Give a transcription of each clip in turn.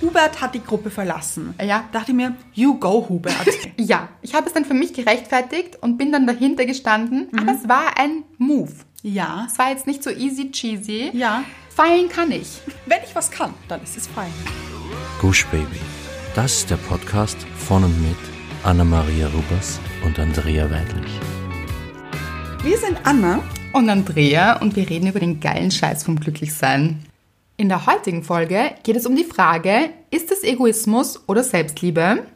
Hubert hat die Gruppe verlassen. Äh, Ja. Dachte ich mir, you go, Hubert. Ja, ich habe es dann für mich gerechtfertigt und bin dann dahinter gestanden. Aber es war ein Move. ja. Es war jetzt nicht so easy cheesy. Ja. Fallen kann ich. Wenn ich was kann, dann ist es fein. Gush Baby. Das ist der Podcast von und mit Anna-Maria Rubers und Andrea Weidlich. Wir sind Anna. Und Andrea und wir reden über den geilen Scheiß vom Glücklichsein. In der heutigen Folge geht es um die Frage, ist es Egoismus oder Selbstliebe?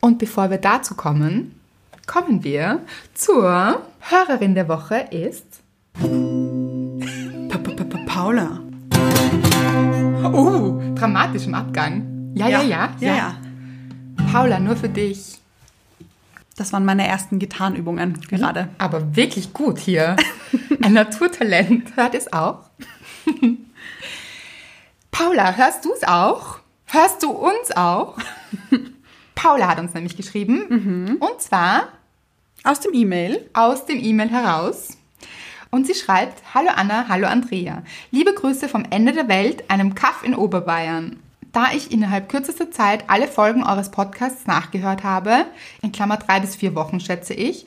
Und bevor wir dazu kommen, kommen wir zur Hörerin der Woche ist Pa- pa- pa- pa- Paula. Oh. uh, dramatisch im Abgang. Ah, Ja, ja, ja, ja, ja. Paula, nur für dich. Das waren meine ersten Mhm. Gitarrenübungen gerade. Aber wirklich gut hier. Ein Naturtalent. Hört es auch? Paula, hörst du es auch? Hörst du uns auch? Paula hat uns nämlich geschrieben. Und zwar Aus dem E-Mail. aus dem E-Mail heraus. Und sie schreibt, Hallo Anna, hallo Andrea. Liebe Grüße vom Ende der Welt, einem Kaff in Oberbayern. Da ich innerhalb kürzester Zeit alle Folgen eures Podcasts nachgehört habe, in Klammer drei bis vier Wochen schätze ich,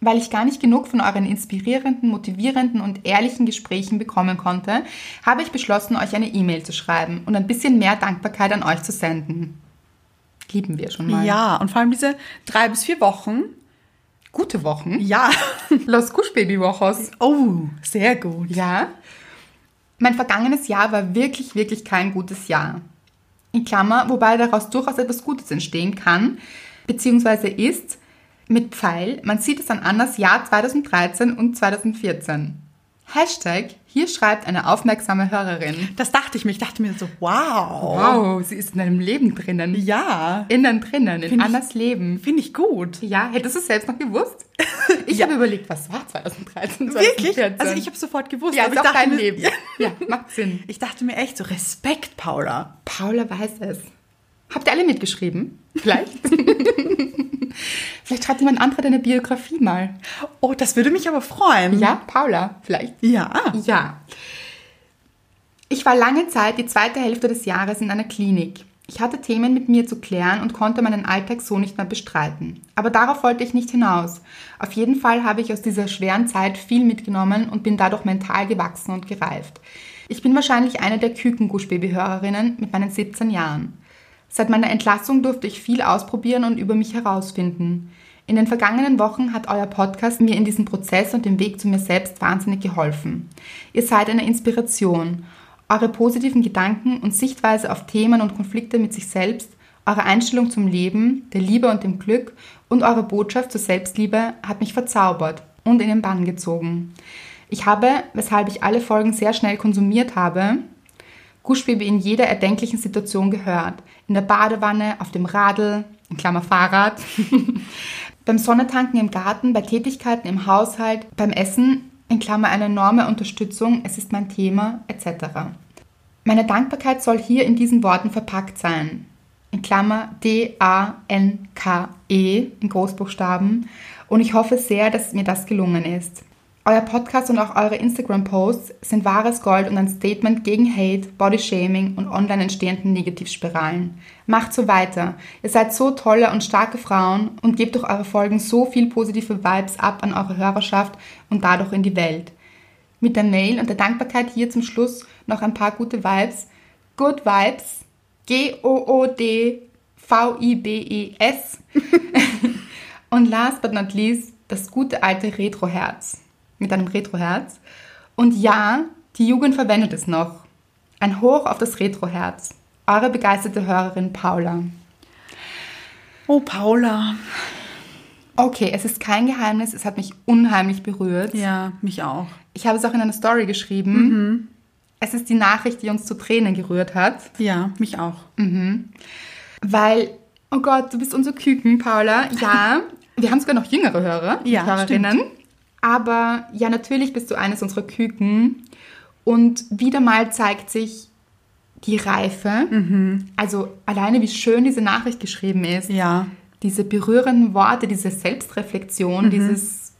weil ich gar nicht genug von euren inspirierenden, motivierenden und ehrlichen Gesprächen bekommen konnte, habe ich beschlossen, euch eine E-Mail zu schreiben und ein bisschen mehr Dankbarkeit an euch zu senden. Lieben wir schon mal. Ja, und vor allem diese drei bis vier Wochen. Gute Wochen. Ja. Los Kuschbaby-Wochos. Oh, sehr gut. Ja. Mein vergangenes Jahr war wirklich, wirklich kein gutes Jahr. In Klammer, wobei daraus durchaus etwas Gutes entstehen kann, beziehungsweise ist, mit Pfeil, man sieht es an Annas Jahr 2013 und 2014. Hashtag, hier schreibt eine aufmerksame Hörerin. Das dachte ich mir. Ich dachte mir so, wow. Wow, sie ist in einem Leben drinnen. Ja. Innen drinnen, in Find ich- Annas Leben. Finde ich gut. Ja, hättest du es selbst noch gewusst? Ich habe überlegt, was war 2013, 2014? Wirklich? Also ich habe sofort gewusst. äh, ja, aber ich ist auch dachte dein mir, Leben. Ja, macht Sinn. Ich dachte mir echt so, Respekt, Paula. Paula weiß es. Habt ihr alle mitgeschrieben? Vielleicht? vielleicht schreibt jemand anderer deine Biografie mal. Oh, das würde mich aber freuen. Ja, Paula, vielleicht. Ja. Ja. Ich war lange Zeit, die zweite Hälfte des Jahres, in einer Klinik. Ich hatte Themen mit mir zu klären und konnte meinen Alltag so nicht mehr bestreiten. Aber darauf wollte ich nicht hinaus. Auf jeden Fall habe ich aus dieser schweren Zeit viel mitgenommen und bin dadurch mental gewachsen und gereift. Ich bin wahrscheinlich eine der Kükenguschbaby-Hörerinnen mit meinen 17 Jahren. Seit meiner Entlassung durfte ich viel ausprobieren und über mich herausfinden. In den vergangenen Wochen hat euer Podcast mir in diesem Prozess und dem Weg zu mir selbst wahnsinnig geholfen. Ihr seid eine Inspiration. Eure positiven Gedanken und Sichtweise auf Themen und Konflikte mit sich selbst, eure Einstellung zum Leben, der Liebe und dem Glück und eure Botschaft zur Selbstliebe hat mich verzaubert und in den Bann gezogen. Ich habe, weshalb ich alle Folgen sehr schnell konsumiert habe, Guschbaby in jeder erdenklichen Situation gehört. In der Badewanne, auf dem Radl, in Klammer Fahrrad, beim Sonnetanken im Garten, bei Tätigkeiten im Haushalt, beim Essen, in Klammer eine enorme Unterstützung, es ist mein Thema, etc. Meine Dankbarkeit soll hier in diesen Worten verpackt sein. In Klammer D-A-N-K-E E in Großbuchstaben. Und ich hoffe sehr, dass mir das gelungen ist. Euer Podcast und auch eure Instagram-Posts sind wahres Gold und ein Statement gegen Hate, Bodyshaming und online entstehenden Negativspiralen. Macht so weiter. Ihr seid so tolle und starke Frauen und gebt durch eure Folgen so viel positive Vibes ab an eure Hörerschaft und dadurch in die Welt. Mit der Mail und der Dankbarkeit hier zum Schluss noch ein paar gute Vibes. Good Vibes, G-O-O-D-V-I-B-E-S. E und last but not least, das gute alte Retroherz. Mit einem Retroherz. Und ja, die Jugend verwendet es noch. Ein Hoch auf das Retroherz. Eure begeisterte Hörerin Paula. Oh, Paula. Okay, es ist kein Geheimnis, es hat mich unheimlich berührt. Ja, mich auch. Ich habe es auch in einer Story geschrieben. Mhm. Es ist die Nachricht, die uns zu Tränen gerührt hat, Ja, mich auch. weil, oh Gott, du bist unser Küken, Paula. Ja, wir haben sogar noch jüngere Hörer, und Ja, Hörerinnen. Aber ja, natürlich bist du eines unserer Küken. Und wieder mal zeigt sich die Reife. Also alleine, wie schön diese Nachricht geschrieben ist. Mhm. Ja. Diese berührenden Worte, diese Selbstreflexion, Mhm. dieses,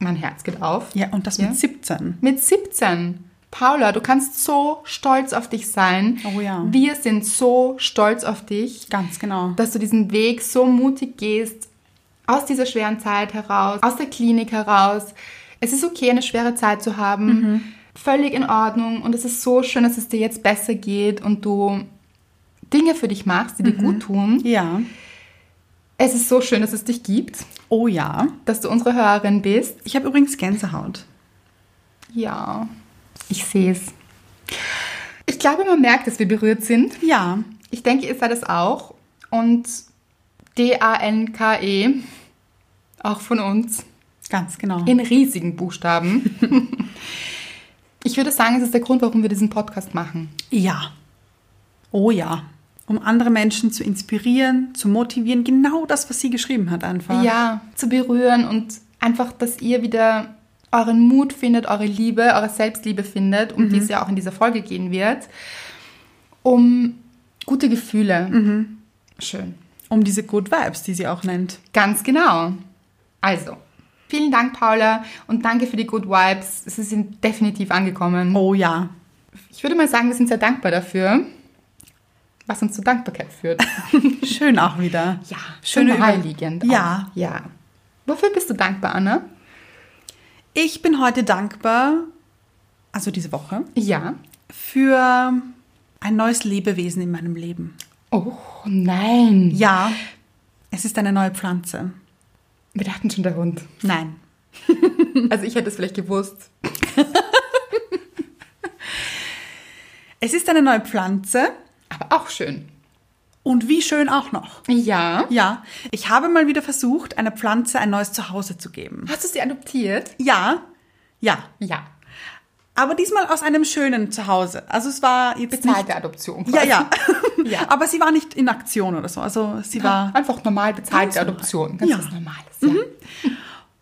mein Herz geht auf. Ja, und das mit 17. Mit 17. Paula, du kannst so stolz auf dich sein. Oh ja. Wir sind so stolz auf dich, Ganz genau. dass du diesen Weg so mutig gehst, aus dieser schweren Zeit heraus, aus der Klinik heraus. Es ist okay, eine schwere Zeit zu haben. Mhm. Völlig in Ordnung. Und es ist so schön, dass es dir jetzt besser geht und du Dinge für dich machst, die Mhm. dir gut tun. Ja. Es ist so schön, dass es dich gibt, Oh ja. dass du unsere Hörerin bist. Ich habe übrigens Gänsehaut. Ja, ich sehe es. Ich glaube, man merkt, dass wir berührt sind. Ja. Ich denke, ihr seid es auch. Und D-A-N-K-E, E, auch von uns, Ganz genau. in riesigen Buchstaben. ich würde sagen, es ist der Grund, warum wir diesen Podcast machen. Ja. Oh ja. Um andere Menschen zu inspirieren, zu motivieren. Genau das, was sie geschrieben hat, einfach. Ja, zu berühren und einfach, dass ihr wieder euren Mut findet, eure Liebe, eure Selbstliebe findet, um die es ja auch in dieser Folge gehen wird, um gute Gefühle. Schön. Um diese Good Vibes, die sie auch nennt. Ganz genau. Also, vielen Dank, Paula, und danke für die Good Vibes. Sie sind definitiv angekommen. Oh ja. Ich würde mal sagen, wir sind sehr dankbar dafür, was uns zur Dankbarkeit führt. Schön auch wieder. schön Über- naheliegend. auch. Ja. Ja. Wofür bist du dankbar, Anna? Ich bin heute dankbar, also diese Woche, Ja. für ein neues Lebewesen in meinem Leben. Oh, nein. Ja. Es ist eine neue Pflanze. Wir dachten schon der Hund. Nein. Also ich hätte es vielleicht gewusst. Es ist eine neue Pflanze Aber auch schön. und wie schön auch noch. Ja. Ja, ich habe mal wieder versucht, einer Pflanze ein neues Zuhause zu geben. Hast du sie adoptiert? Ja, ja. Ja. Aber diesmal aus einem schönen Zuhause. Also es war jetzt Bezahlte Adoption. nicht... Ja, ja. Ja. Aber sie war nicht in Aktion oder so. Also sie war... Einfach normal bezahlte Ganz normal. Adoption. Ganz Ja. Mhm. was Normales. Ja.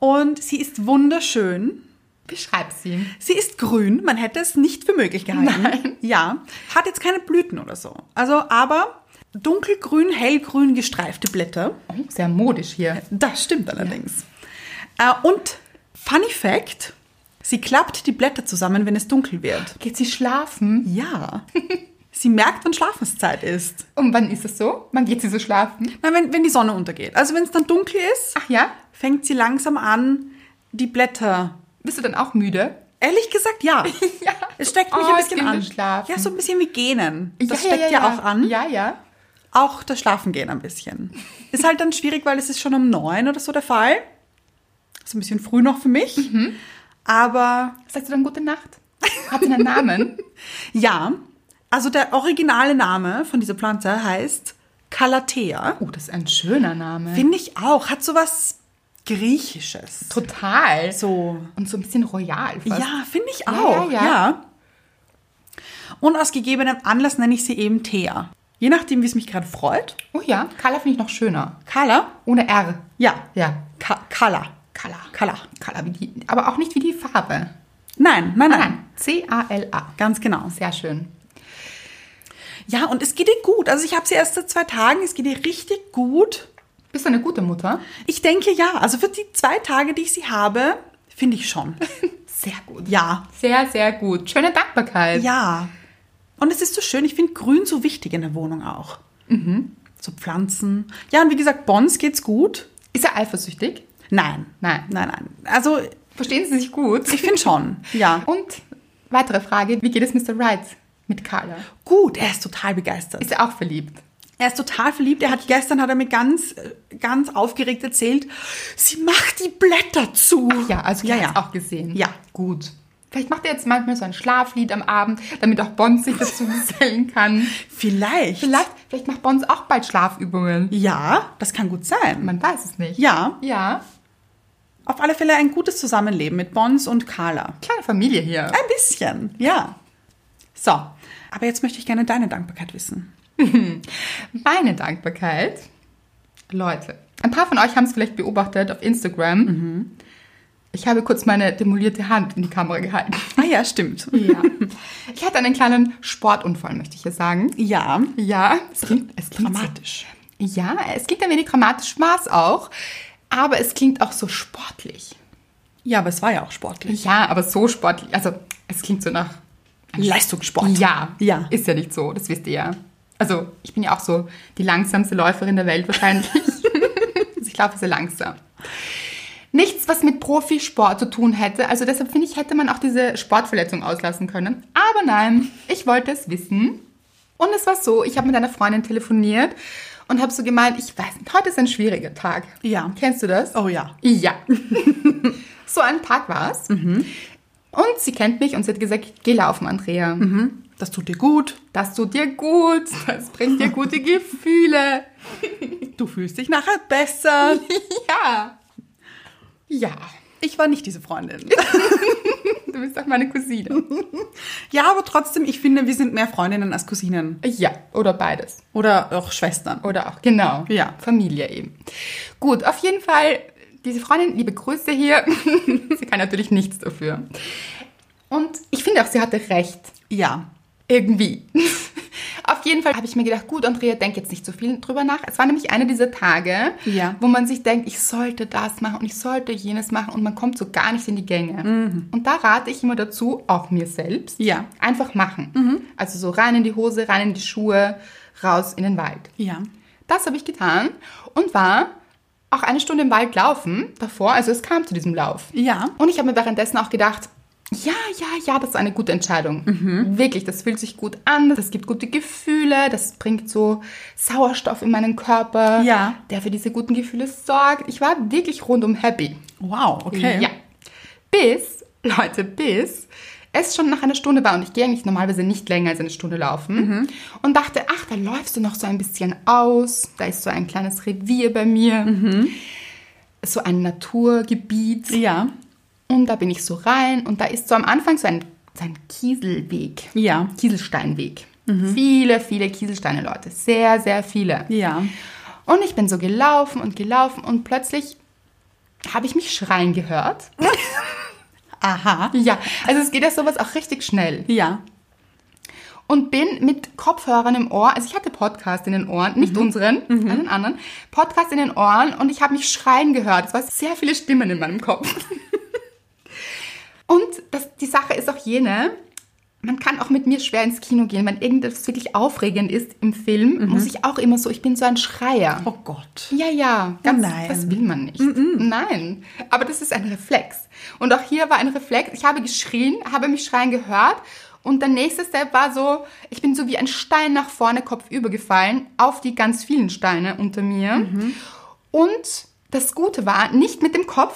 Und sie ist wunderschön. Beschreib sie. Sie ist grün, man hätte es nicht für möglich gehalten. Nein. Ja, hat jetzt keine Blüten oder so. Also, aber dunkelgrün, hellgrün gestreifte Blätter. Oh, sehr modisch hier. Das stimmt allerdings. Äh, und Funny Fact, sie klappt die Blätter zusammen, wenn es dunkel wird. Geht sie schlafen? Ja. sie merkt, wann Schlafenszeit ist. Und wann ist es so? Wann geht sie so schlafen? Na, wenn, wenn die Sonne untergeht. Also, wenn es dann dunkel ist, Ach ja? fängt sie langsam an, die Blätter. Bist du dann auch müde? Ehrlich gesagt, ja. Ja. Es steckt mich Oh, ein ich bisschen will an. nur schlafen. Ja, so ein bisschen wie Gähnen. Das steckt ja, auch an. Ja, ja. Auch das Schlafen gehen ein bisschen. Ist halt dann schwierig, weil es ist schon um neun oder so der Fall. Ist ein bisschen früh noch für mich. Aber Sagst du dann gute Nacht? Hat sie einen Namen? ja, also der originale Name von dieser Pflanze heißt Calathea. Oh, das ist ein schöner Name. Finde ich auch. Hat sowas Griechisches. Total. So Und so ein bisschen royal fast. Ja, finde ich Ja, auch. ja, Ja, ja. Und aus gegebenem Anlass nenne ich sie eben Thea. Je nachdem, wie es mich gerade freut. Oh ja, Kala finde ich noch schöner. Kala? Ohne R. Ja. Ja. Ka Kala. Kala. Kala. Kala, wie die, aber auch nicht wie die Farbe. Nein, nein, nein, Nein, C-A-L-A. Ganz genau. Sehr schön. Ja, und es geht ihr gut. Also ich habe sie erst seit zwei Tagen. Es geht ihr richtig gut. Bist du eine gute Mutter? Ich denke ja. Also für die zwei Tage, die ich sie habe, finde ich schon. Sehr gut. Ja. Sehr, sehr gut. Schöne Dankbarkeit. Ja. Und es ist so schön. Ich finde Grün so wichtig in der Wohnung auch. Mhm. So Pflanzen. Ja, und wie gesagt, Bons geht's gut. Ist er eifersüchtig? Nein. Nein. Nein, nein. Also, Verstehen Sie sich gut? ich finde schon. Ja. Und weitere Frage, wie geht es Mr. Wright mit Carla? Gut, er ist total begeistert. Ist er auch verliebt? Er ist total verliebt. Er hat gestern hat er mir ganz äh, ganz aufgeregt erzählt, sie macht die Blätter zu. Ja, also ja, ja, ja. auch gesehen. Ja. Gut. Vielleicht macht er jetzt manchmal so ein Schlaflied am Abend, damit auch Bons sich dazu gesellen kann. Vielleicht. Vielleicht, vielleicht macht Bons auch bald Schlafübungen. Ja, das kann gut sein. Man weiß es nicht. Ja, Ja. auf alle Fälle ein gutes Zusammenleben mit Bons und Carla. Kleine Familie hier. Ein bisschen, ja. So, aber jetzt möchte ich gerne deine Dankbarkeit wissen. Meine Dankbarkeit. Leute, ein paar von euch haben es vielleicht beobachtet auf Instagram. Ich habe kurz meine demolierte Hand in die Kamera gehalten. Ah ja, stimmt. Ja. Ich hatte einen kleinen Sportunfall, möchte ich hier sagen. Ja, Ja, es klingt, es klingt so- dramatisch. Ja, es klingt ein wenig dramatisch, war es auch, aber es klingt auch so sportlich. Ja, aber es war ja auch sportlich. Ja, aber so sportlich, also es klingt so nach Leistungssport. Ja, Ja. Ist ja nicht so, das wisst ihr ja. Also, ich bin ja auch so die langsamste Läuferin der Welt wahrscheinlich. Also, ich laufe sehr langsam. Nichts, was mit Profisport zu tun hätte. Also deshalb finde ich, hätte man auch diese Sportverletzung auslassen können. Aber nein, ich wollte es wissen. Und es war so, ich habe mit einer Freundin telefoniert und habe so gemeint, ich weiß nicht, heute ist ein schwieriger Tag. Ja. Kennst du das? Oh ja. Ja. so ein Tag war es. Mhm. Und sie kennt mich und sie hat gesagt, geh laufen, Andrea. Das tut dir gut. Das tut dir gut, das bringt dir gute Gefühle. Du fühlst dich nachher besser. Ja. Ja, Ich war nicht diese Freundin. du bist doch meine Cousine. Ja, aber trotzdem, ich finde, wir sind mehr Freundinnen als Cousinen. Ja, oder beides. Oder auch Schwestern. Oder auch, genau. Ja. Familie eben. Gut, auf jeden Fall, diese Freundin, liebe Grüße hier. sie kann natürlich nichts dafür. Und ich finde auch, sie hatte recht. Ja. Irgendwie. Auf jeden Fall habe ich mir gedacht, gut, Andrea, denk jetzt nicht so viel drüber nach. Es war nämlich einer dieser Tage, Ja. wo man sich denkt, ich sollte das machen und ich sollte jenes machen und man kommt so gar nicht in die Gänge. Und da rate ich immer dazu, auch mir selbst, Mhm. Ja. Mhm. einfach machen. Also so rein in die Hose, rein in die Schuhe, raus in den Wald. Ja. Das habe ich getan und war auch eine Stunde im Wald laufen davor. Also es kam zu diesem Lauf. Ja. Und ich habe mir währenddessen auch gedacht, ja, ja, ja, das ist eine gute Entscheidung. Mhm. Wirklich, das fühlt sich gut an, das gibt gute Gefühle, das bringt so Sauerstoff in meinen Körper, Ja. der für diese guten Gefühle sorgt. Ich war wirklich rundum happy. Wow, okay. Ja. Bis, Leute, bis es schon nach einer Stunde war und ich gehe eigentlich normalerweise nicht länger als eine Stunde laufen Mhm. und dachte, ach, da läufst du noch so ein bisschen aus, da ist so ein kleines Revier bei mir, Mhm. so ein Naturgebiet Ja. und da bin ich so rein und da ist so am Anfang so ein, so ein Kieselweg, Ja. Mhm. Kieselsteinweg. Viele, viele Kieselsteine, Leute, sehr, sehr viele. Ja. Und ich bin so gelaufen und gelaufen und plötzlich habe ich mich schreien gehört. Aha. Ja, also es geht ja sowas auch richtig schnell. Ja. Und bin mit Kopfhörern im Ohr, also ich hatte Podcast in den Ohren, nicht unseren, einen anderen, Podcast in den Ohren und ich habe mich schreien gehört. Es waren sehr viele Stimmen in meinem Kopf. und das, die Sache ist auch jene, man kann auch mit mir schwer ins Kino gehen. Wenn irgendetwas wirklich aufregend ist im Film, muss ich auch immer so, ich bin so ein Schreier. Oh Gott. Ja, ja, ganz, Nein. das will man nicht. Nein, aber das ist ein Reflex. Und auch hier war ein Reflex. Ich habe geschrien, habe mich schreien gehört und der nächste Step war so, ich bin so wie ein Stein nach vorne kopfüber gefallen auf die ganz vielen Steine unter mir. Mhm. Und das Gute war, nicht mit dem Kopf,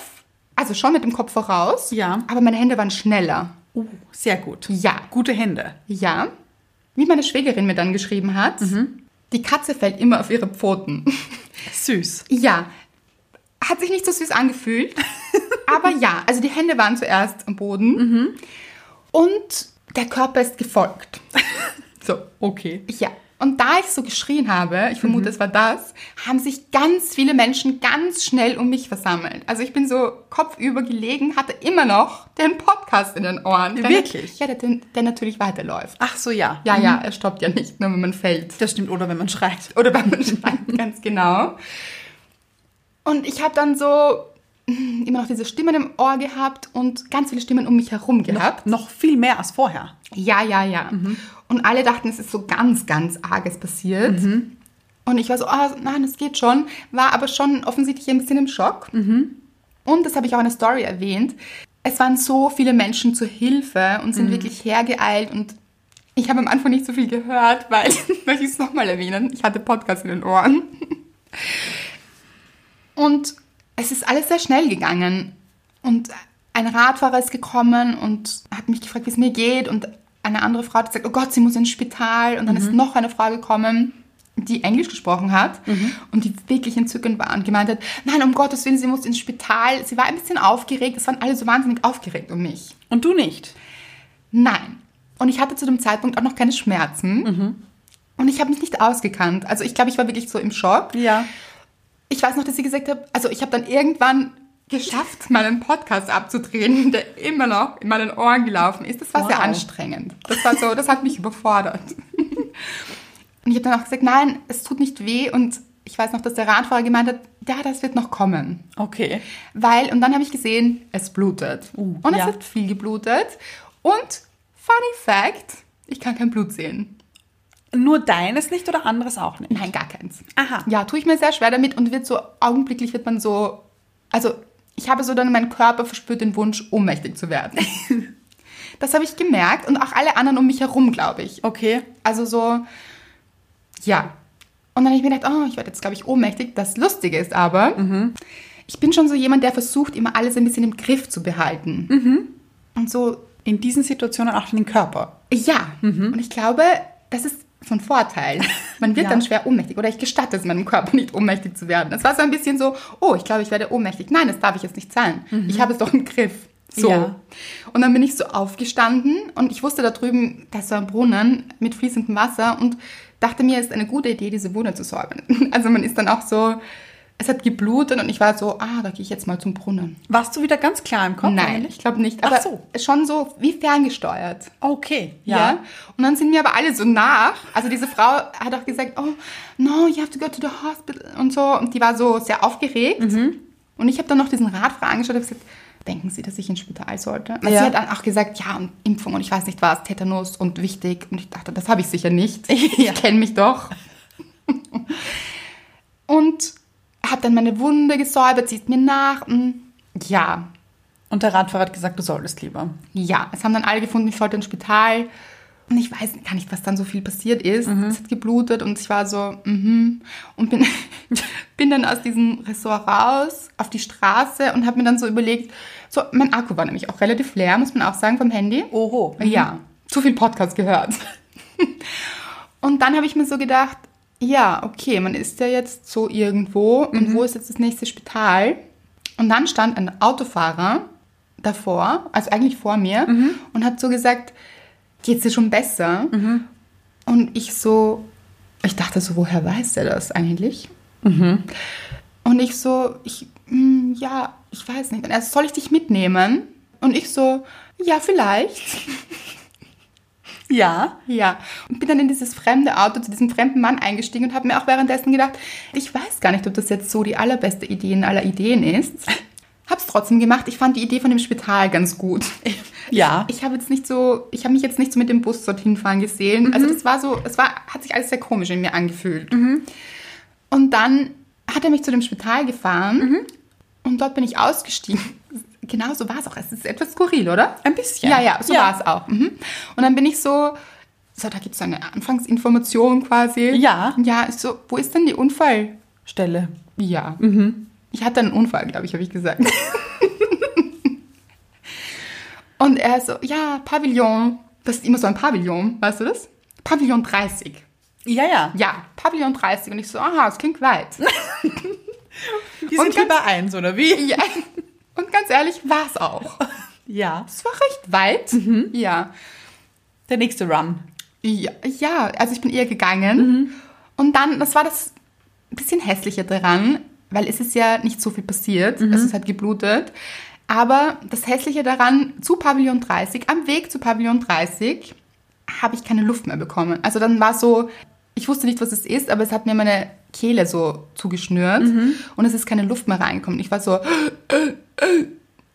also schon mit dem Kopf voraus, Ja. aber meine Hände waren schneller. Oh, sehr gut. Uh. Ja. Gute Hände. Ja, wie meine Schwägerin mir dann geschrieben hat, Mhm. die Katze fällt immer auf ihre Pfoten. Süß. Ja, hat sich nicht so süß angefühlt. aber ja, also die Hände waren zuerst am Boden und der Körper ist gefolgt. so, Okay. ja. Und da ich so geschrien habe, ich vermute, es war das, haben sich ganz viele Menschen ganz schnell um mich versammelt. Also ich bin so kopfüber gelegen, hatte immer noch den Podcast in den Ohren. Der- Wirklich? Ah. Ja, der, der natürlich weiterläuft. Ach so, ja. Ja, ja, er stoppt ja nicht, nur wenn man fällt. Das stimmt. Oder wenn man schreit. Oder beim Schreiben, ganz genau. Und ich habe dann so mm, immer noch diese Stimmen im Ohr gehabt und ganz viele Stimmen um mich herum gehabt. Noch viel mehr als vorher. Ja, ja, ja. Und alle dachten, es ist so ganz, ganz arges passiert. Und ich war so, ah, nein, es geht schon. War aber schon offensichtlich ein bisschen im Schock. Und das habe ich auch in der Story erwähnt. Es waren so viele Menschen zur Hilfe und sind wirklich hergeeilt und ich habe am Anfang nicht so viel gehört, weil, möchte ich es nochmal erwähnen, ich hatte Podcasts in den Ohren. Und es ist alles sehr schnell gegangen. Und ein Radfahrer ist gekommen und hat mich gefragt, wie es mir geht. Und eine andere Frau hat gesagt, oh Gott, sie muss ins Spital. Und dann ist noch eine Frau gekommen, die Englisch gesprochen hat und die wirklich entzückend war und gemeint hat, nein, um Gottes Willen, sie muss ins Spital. Sie war ein bisschen aufgeregt. Es waren alle so wahnsinnig aufgeregt um mich. Und du nicht. Nein. Und ich hatte zu dem Zeitpunkt auch noch keine Schmerzen. Und ich habe mich nicht ausgekannt. Also ich glaube, ich war wirklich so im Schock. Ja. Ich weiß noch, dass sie gesagt hat, also ich habe dann irgendwann geschafft, meinen Podcast abzudrehen, der immer noch in meinen Ohren gelaufen ist. Das war sehr Wow. anstrengend. Das war so, das hat mich überfordert. Und ich habe dann auch gesagt, nein, es tut nicht weh. Und ich weiß noch, dass der Radfahrer gemeint hat, ja, das wird noch kommen. Okay. Weil, und dann habe ich gesehen, es blutet. Uh, und es ja. hat viel geblutet. Und Funny Fact, ich kann kein Blut sehen. Nur deines nicht oder anderes auch nicht? Nein, gar keins. Aha. Ja, tue ich mir sehr schwer damit und wird so, augenblicklich wird man so, also ich habe so dann meinen Körper verspürt den Wunsch, ohnmächtig zu werden. das habe ich gemerkt und auch alle anderen um mich herum, glaube ich. Okay. Also so, ja. Und dann habe ich mir gedacht, oh, ich werde jetzt, glaube ich, ohnmächtig. Das Lustige ist aber, ich bin schon so jemand, der versucht, immer alles ein bisschen im Griff zu behalten. Und so, In diesen Situationen auch den Körper. ja. Und ich glaube, das ist von Vorteil. Man wird Mhm. Ja. dann schwer ohnmächtig. Oder ich gestatte es meinem Körper nicht, ohnmächtig zu werden. Es war so ein bisschen so, oh, ich glaube, ich werde ohnmächtig. Nein, das darf ich jetzt nicht sein. Ich habe es doch im Griff. So. Mhm. Ja. Und dann bin ich so aufgestanden und ich wusste da drüben, da ist so ein Brunnen mit fließendem Wasser und dachte mir, es ist eine gute Idee, diese Wunde zu säubern. Also man ist dann auch so, es hat geblutet und ich war so, ah, da gehe ich jetzt mal zum Brunnen. Warst du wieder ganz klar im Kopf? Nein, eigentlich? ich glaube nicht. Ach Aber so. schon so wie ferngesteuert. Okay, Ja. ja. Und dann sind mir aber alle so nach. Also diese Frau hat auch gesagt, oh, no, you have to go to the hospital und so. Und die war so sehr aufgeregt. Und ich habe dann noch diesen Radfahrer angeschaut und hab gesagt, denken Sie, dass ich ins Spital sollte? Weil Ja. sie hat dann auch gesagt, ja, und Impfung und ich weiß nicht was, Tetanus und wichtig. Und ich dachte, das habe ich sicher nicht. Ich kenne mich doch. und habe dann meine Wunde gesäubert, sieht mir nach. Und ja, Und der Radfahrer hat gesagt, du solltest lieber. ja, es haben dann alle gefunden, ich sollte ins Spital. Und ich weiß gar nicht, was dann so viel passiert ist. Es hat geblutet und ich war so, mhm. Und bin, bin dann aus diesem Ressort raus auf die Straße und habe mir dann so überlegt, so, mein Akku war nämlich auch relativ leer, muss man auch sagen, vom Handy. Oho. Mhm. Ja, zu viel Podcast gehört. und dann habe ich mir so gedacht, ja, okay, man ist ja jetzt so irgendwo und wo ist jetzt das nächste Spital? Und dann stand ein Autofahrer davor, also eigentlich vor mir, und hat so gesagt, geht's dir schon besser? Und ich so, ich dachte so, woher weiß der das eigentlich? Und ich so, ich, hm, ja, ich weiß nicht. Und er, so, soll ich dich mitnehmen? Und ich so, ja, vielleicht. Ja. Ja, und bin dann in dieses fremde Auto zu diesem fremden Mann eingestiegen und habe mir auch währenddessen gedacht, ich weiß gar nicht, ob das jetzt so die allerbeste Idee in aller Ideen ist. Hab's trotzdem gemacht. Ich fand die Idee von dem Spital ganz gut. Ja. Ich habe jetzt nicht so, ich habe mich jetzt nicht so mit dem Bus dorthin fahren gesehen. Also Mhm. das war so, es war, hat sich alles sehr komisch in mir angefühlt. Und dann hat er mich zu dem Spital gefahren Mhm. und dort bin ich ausgestiegen. Genau so war es auch. Es ist etwas skurril, oder? Ein bisschen. Ja, ja, so Ja. war es auch. Mhm. Und dann bin ich so, so da gibt es eine Anfangsinformation quasi. Ja. Ja, ich so, wo ist denn die Unfall? Stelle. Ja. Ich hatte einen Unfall, glaube ich, habe ich gesagt. Und er so, ja, Pavillon. Das ist immer so ein Pavillon, weißt du das? Pavillon 30. Ja, ja. Ja, Pavillon 30. Und ich so, aha, das klingt weit. Die Und sind wie bei eins, oder wie? ja. Und ganz ehrlich, war es auch. Ja. Es war recht weit. Ja. Der nächste Run. Ja, ja, also ich bin eher gegangen. Und dann, das war das bisschen hässliche daran, weil es ist ja nicht so viel passiert. Also es hat geblutet. Aber das hässliche daran, zu Pavillon 30, am Weg zu Pavillon 30, habe ich keine Luft mehr bekommen. Also dann war so, ich wusste nicht, was es ist, aber es hat mir meine Kehle so zugeschnürt und es ist keine Luft mehr reingekommen. Ich war so,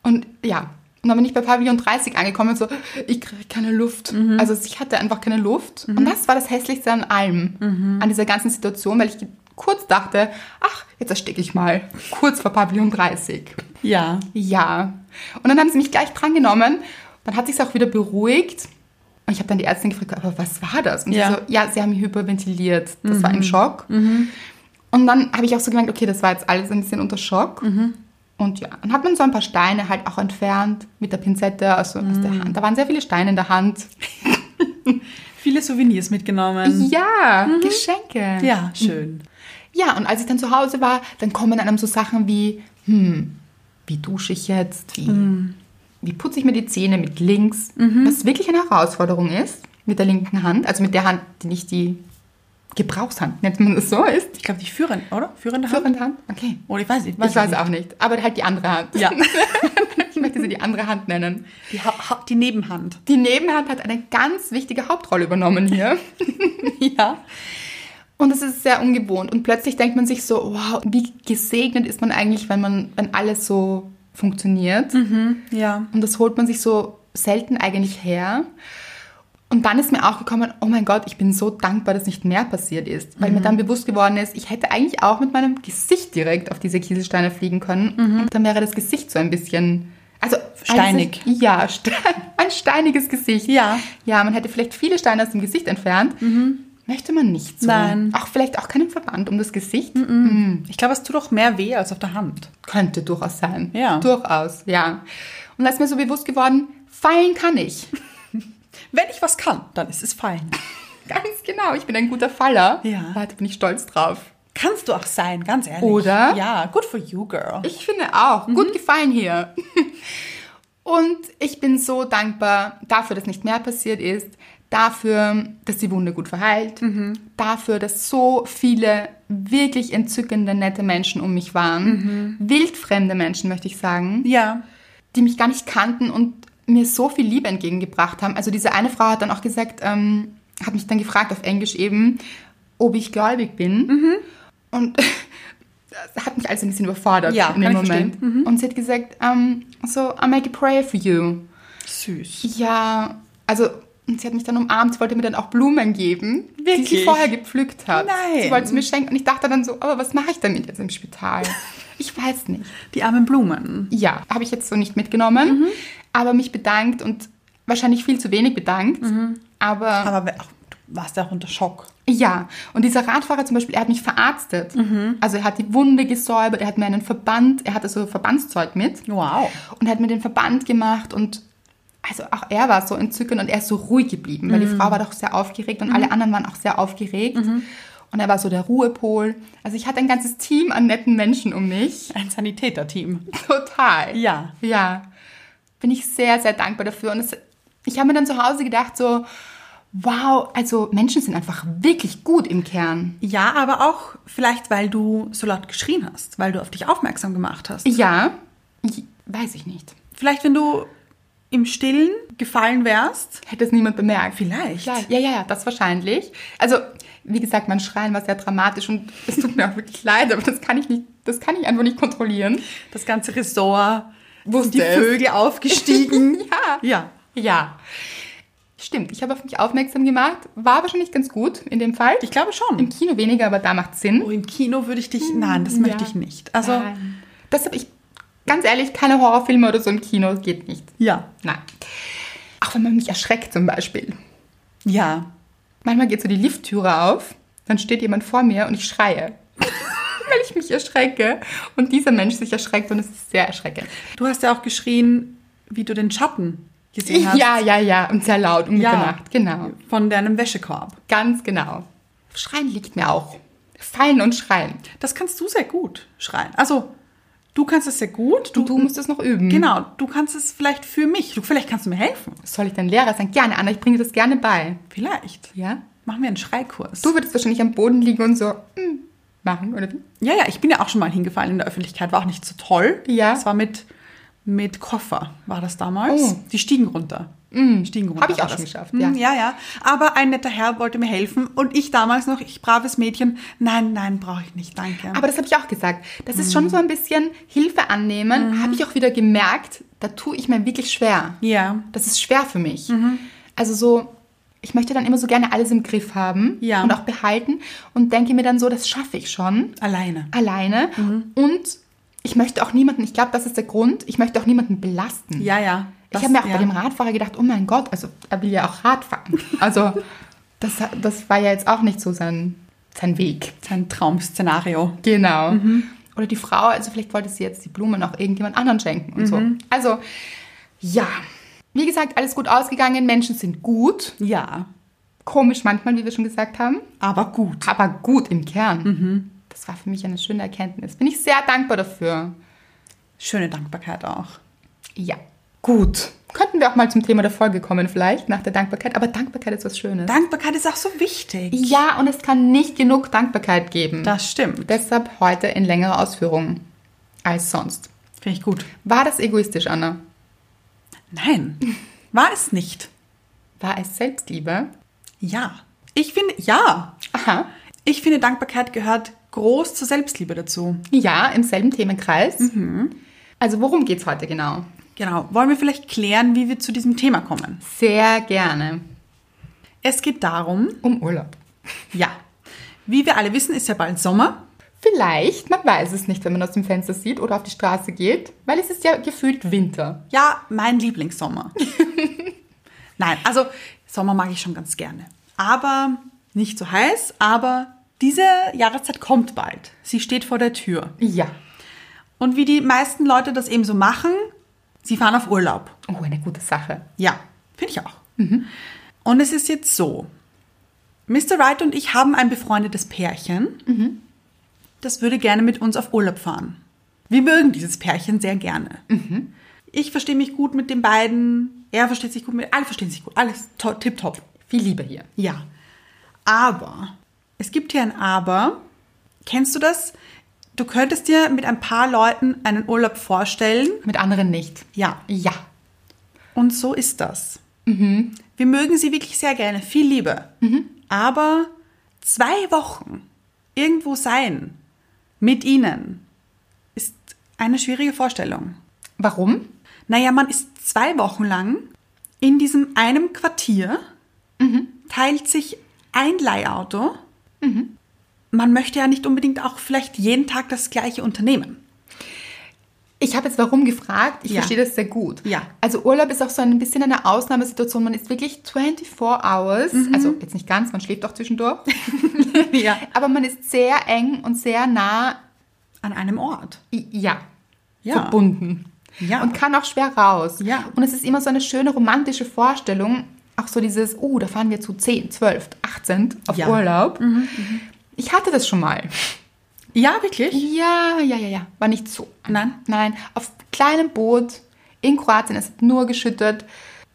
und ja, und dann bin ich bei Pavillon 30 angekommen und so, ich kriege keine Luft. Also ich hatte einfach keine Luft. Und das war das Hässlichste an allem, an dieser ganzen Situation, weil ich ge- kurz dachte, ach, jetzt ersticke ich mal. Kurz vor Pavillon 30. Ja. Ja. Und dann haben sie mich gleich drangenommen. Dann hat sich auch wieder beruhigt. Und ich habe dann die Ärztin gefragt, aber was war das? Und Ja. Mhm. sie so, ja, sie haben mich hyperventiliert. Das war ein Schock. Und dann habe ich auch so gemerkt, okay, das war jetzt alles ein bisschen unter Schock. Mhm. Und ja, dann hat man so ein paar Steine halt auch entfernt mit der Pinzette, also aus der Mhm. Hand. Da waren sehr viele Steine in der Hand. Viele Souvenirs mitgenommen. Ja, Geschenke. Mhm. Ja, schön. Ja, und als ich dann zu Hause war, dann kommen einem so Sachen wie, hm, wie dusche ich jetzt? Wie, Hm. wie putze ich mir die Zähne mit links? Mhm. Was wirklich eine Herausforderung ist mit der linken Hand, also mit der Hand, die nicht die Gebrauchshand, nennt man das so, ist. Ich glaube, die führende, oder? Führende Hand? Führende Hand? Okay. Oh, ich weiß nicht. Ich weiß auch nicht, aber halt die andere Hand. Ja. Ich möchte sie die andere Hand nennen. Die, ha ha die Nebenhand. Die Nebenhand hat eine ganz wichtige Hauptrolle übernommen hier. Ja. Und es ist sehr ungewohnt. Und plötzlich denkt man sich so, wow, wie gesegnet ist man eigentlich, wenn man, wenn alles so funktioniert. Ja. Und das holt man sich so selten eigentlich her. Und dann ist mir auch gekommen, oh mein Gott, ich bin so dankbar, dass nicht mehr passiert ist, weil mir Mhm. dann bewusst geworden ist, ich hätte eigentlich auch mit meinem Gesicht direkt auf diese Kieselsteine fliegen können. Mhm. Und dann wäre das Gesicht so ein bisschen, also Steinig. Ein, ja, stein, ein steiniges Gesicht. Ja. Mhm. ja, man hätte vielleicht viele Steine aus dem Gesicht entfernt. Möchte man nicht so. Nein. Mhm. Auch vielleicht auch keinen Verband um das Gesicht. Ich glaube, es tut auch mehr weh als auf der Hand. Könnte durchaus sein. Ja. Durchaus, ja. Und da ist mir so bewusst geworden, fallen kann ich. Wenn ich was kann, dann ist es fallen. Ganz genau, ich bin ein guter Faller. Ja. Da bin ich stolz drauf. Kannst du auch sein, ganz ehrlich. Oder? Ja, good for you, girl. Ich finde auch. Gut gefallen hier. Und ich bin so dankbar dafür, dass nicht mehr passiert ist, dafür, dass die Wunde gut verheilt, dafür, dass so viele wirklich entzückende, nette Menschen um mich waren. Wildfremde Menschen, möchte ich sagen, ja. die mich gar nicht kannten und mir so viel Liebe entgegengebracht haben. Also diese eine Frau hat dann auch gesagt, ähm, hat mich dann gefragt auf Englisch eben, ob ich gläubig bin. Mhm. Und das hat mich also ein bisschen überfordert Ja, in kann dem ich Mhm. Moment. Und sie hat gesagt, ähm, so, I make a prayer for you. Süß. Ja, also und sie hat mich dann umarmt, sie wollte mir dann auch Blumen geben, die sie Wirklich? vorher gepflückt hat. Nein. Sie wollte sie mir schenken und ich dachte dann so, aber was mache ich damit jetzt im Spital? Ich weiß nicht. Die armen Blumen. Ja, habe ich jetzt so nicht mitgenommen, aber mich bedankt und wahrscheinlich viel zu wenig bedankt. Aber Aber wer- ach, du warst ja auch unter Schock. ja, und dieser Radfahrer zum Beispiel, er hat mich verarztet. Also er hat die Wunde gesäubert, er hat mir einen Verband, er hatte so Verbandszeug mit Wow. und hat mir den Verband gemacht und also auch er war so entzückend und er ist so ruhig geblieben, weil die Frau war doch sehr aufgeregt und alle anderen waren auch sehr aufgeregt. Und er war so der Ruhepol. Also ich hatte ein ganzes Team an netten Menschen um mich. Ein Sanitäterteam. Total. Ja. Ja, bin ich sehr, sehr dankbar dafür. Und es, ich habe mir dann zu Hause gedacht, so, wow, also Menschen sind einfach wirklich gut im Kern. Ja, aber auch vielleicht, weil du so laut geschrien hast, weil du auf dich aufmerksam gemacht hast. Ja, ich, weiß ich nicht. Vielleicht, wenn du im Stillen gefallen wärst. Hätte es niemand bemerkt. Vielleicht. Klar, ja, ja, ja, das wahrscheinlich. Also, wie gesagt, mein Schreien war sehr dramatisch und es tut mir auch wirklich leid, aber das kann ich nicht, das kann ich einfach nicht kontrollieren. Das ganze Ressort. Wusste sind die es. Vögel aufgestiegen? Ja. Ja. Ja. Stimmt, ich habe auf mich aufmerksam gemacht. War wahrscheinlich ganz gut in dem Fall. Ich glaube Im schon. Kino weniger, aber da macht Sinn. Oh, Im Kino würde ich dich. Nein, das Hm, ja. möchte ich nicht. Also, Nein. das habe ich, ganz ehrlich, keine Horrorfilme oder so im Kino, geht nicht. ja. Nein. Auch wenn man mich erschreckt zum Beispiel. Ja. Manchmal geht so die Lifttüre auf, dann steht jemand vor mir und ich schreie. weil ich mich erschrecke und dieser Mensch sich erschreckt und es ist sehr erschreckend. Du hast ja auch geschrien, wie du den Schatten gesehen hast. Ja, ja, ja, und sehr laut um Ja. Mitternacht, genau. Von deinem Wäschekorb. Ganz genau. Schreien liegt mir auch. Fallen und schreien. Das kannst du sehr gut schreien. Also, du kannst es sehr gut. Du, Du musst es noch üben. Genau, du kannst es vielleicht für mich. Du, vielleicht kannst du mir helfen. Soll ich dein Lehrer sein? Gerne, Anna, ich bringe dir das gerne bei. Vielleicht. Ja? Machen wir einen Schreikurs. Du würdest wahrscheinlich am Boden liegen und so mm, machen, oder wie? ja, ja, ich bin ja auch schon mal hingefallen in der Öffentlichkeit. War auch nicht so toll. Ja. Das war mit, mit Koffer, war das damals. Oh. Mhm. Die stiegen runter. Stiegen runter. Hab ich war auch schon das. geschafft, Mm, ja. Ja, ja. Aber ein netter Herr wollte mir helfen und ich damals noch, ich braves Mädchen, nein, nein, brauche ich nicht, danke. Aber das habe ich auch gesagt. Das ist schon so ein bisschen Hilfe annehmen. Habe ich auch wieder gemerkt, da tue ich mir wirklich schwer. Ja. Das ist schwer für mich. Also so, ich möchte dann immer so gerne alles im Griff haben Ja. und auch behalten und denke mir dann so, das schaffe ich schon Alleine. alleine. Und ich möchte auch niemanden, ich glaube, das ist der Grund, ich möchte auch niemanden belasten. Ja, ja. Das- ich habe mir auch ja. bei dem Radfahrer gedacht, oh mein Gott, also er will ja auch Rad fahren. Also das, das war ja jetzt auch nicht so sein, sein Weg. Sein Traum-Szenario. Genau. Mhm. Oder die Frau, also vielleicht wollte sie jetzt die Blumen auch irgendjemand anderen schenken und so. Mhm. Also, ja. Wie gesagt, alles gut ausgegangen. Menschen sind gut. Ja, Komisch manchmal, wie wir schon gesagt haben. aber gut. Aber gut im Kern. Mhm. Das war für mich eine schöne Erkenntnis. Bin ich sehr dankbar dafür. Schöne Dankbarkeit auch. Ja. Gut. Könnten wir auch mal zum Thema der Folge kommen, vielleicht, nach der Dankbarkeit. Aber Dankbarkeit ist was Schönes. Dankbarkeit ist auch so wichtig. ja, und es kann nicht genug Dankbarkeit geben. Das stimmt. Deshalb heute in längerer Ausführung als sonst. Finde ich gut. War das egoistisch, Anna? Nein, war es nicht. War es Selbstliebe? Ja. Ich finde, ja. Aha. Ich finde, Dankbarkeit gehört groß zur Selbstliebe dazu. Ja, im selben Themenkreis. Also worum geht's heute genau? Genau. Wollen wir vielleicht klären, wie wir zu diesem Thema kommen? Sehr gerne. Es geht darum, Um Urlaub. ja, wie wir alle wissen, ist ja bald Sommer. Vielleicht, man weiß es nicht, wenn man aus dem Fenster sieht oder auf die Straße geht, weil es ist ja gefühlt Winter. Ja, mein Lieblingssommer. Nein, also Sommer mag ich schon ganz gerne. Aber nicht so heiß, aber diese Jahreszeit kommt bald. Sie steht vor der Tür. Ja. Und wie die meisten Leute das eben so machen, sie fahren auf Urlaub. Oh, eine gute Sache. Ja, finde ich auch. Und es ist jetzt so. Mr. Wright und ich haben ein befreundetes Pärchen, das würde gerne mit uns auf Urlaub fahren. Wir mögen dieses Pärchen sehr gerne. Ich verstehe mich gut mit den beiden, er versteht sich gut mit, alle verstehen sich gut, alles to- tipptopp. Viel Liebe hier. Ja. Aber, es gibt hier ein Aber. Kennst du das? Du könntest dir mit ein paar Leuten einen Urlaub vorstellen. Mit anderen nicht. Ja, Ja. und so ist das. Wir mögen sie wirklich sehr gerne, viel Liebe. Aber zwei Wochen irgendwo sein mit ihnen ist eine schwierige Vorstellung. Warum? Naja, man ist zwei Wochen lang in diesem einem Quartier, teilt sich ein Leihauto. Man möchte ja nicht unbedingt auch vielleicht jeden Tag das gleiche unternehmen. Ich habe jetzt warum gefragt. Ich Ja. verstehe das sehr gut. Ja. Also Urlaub ist auch so ein bisschen eine Ausnahmesituation. Man ist wirklich 24 hours, Mhm. also jetzt nicht ganz, man schläft auch zwischendurch, Ja. aber man ist sehr eng und sehr nah, An einem Ort. i- ja, Ja. verbunden. Ja. Und kann auch schwer raus. Ja. Und es ist immer so eine schöne romantische Vorstellung, auch so dieses, oh, da fahren wir zu 10, 12, 18 auf Ja. Mhm, Urlaub. Ich hatte das schon mal. Ja, wirklich? Ja, ja, ja, ja. War nicht so. Nein? Nein. Auf kleinem Boot in Kroatien, es hat nur geschüttet.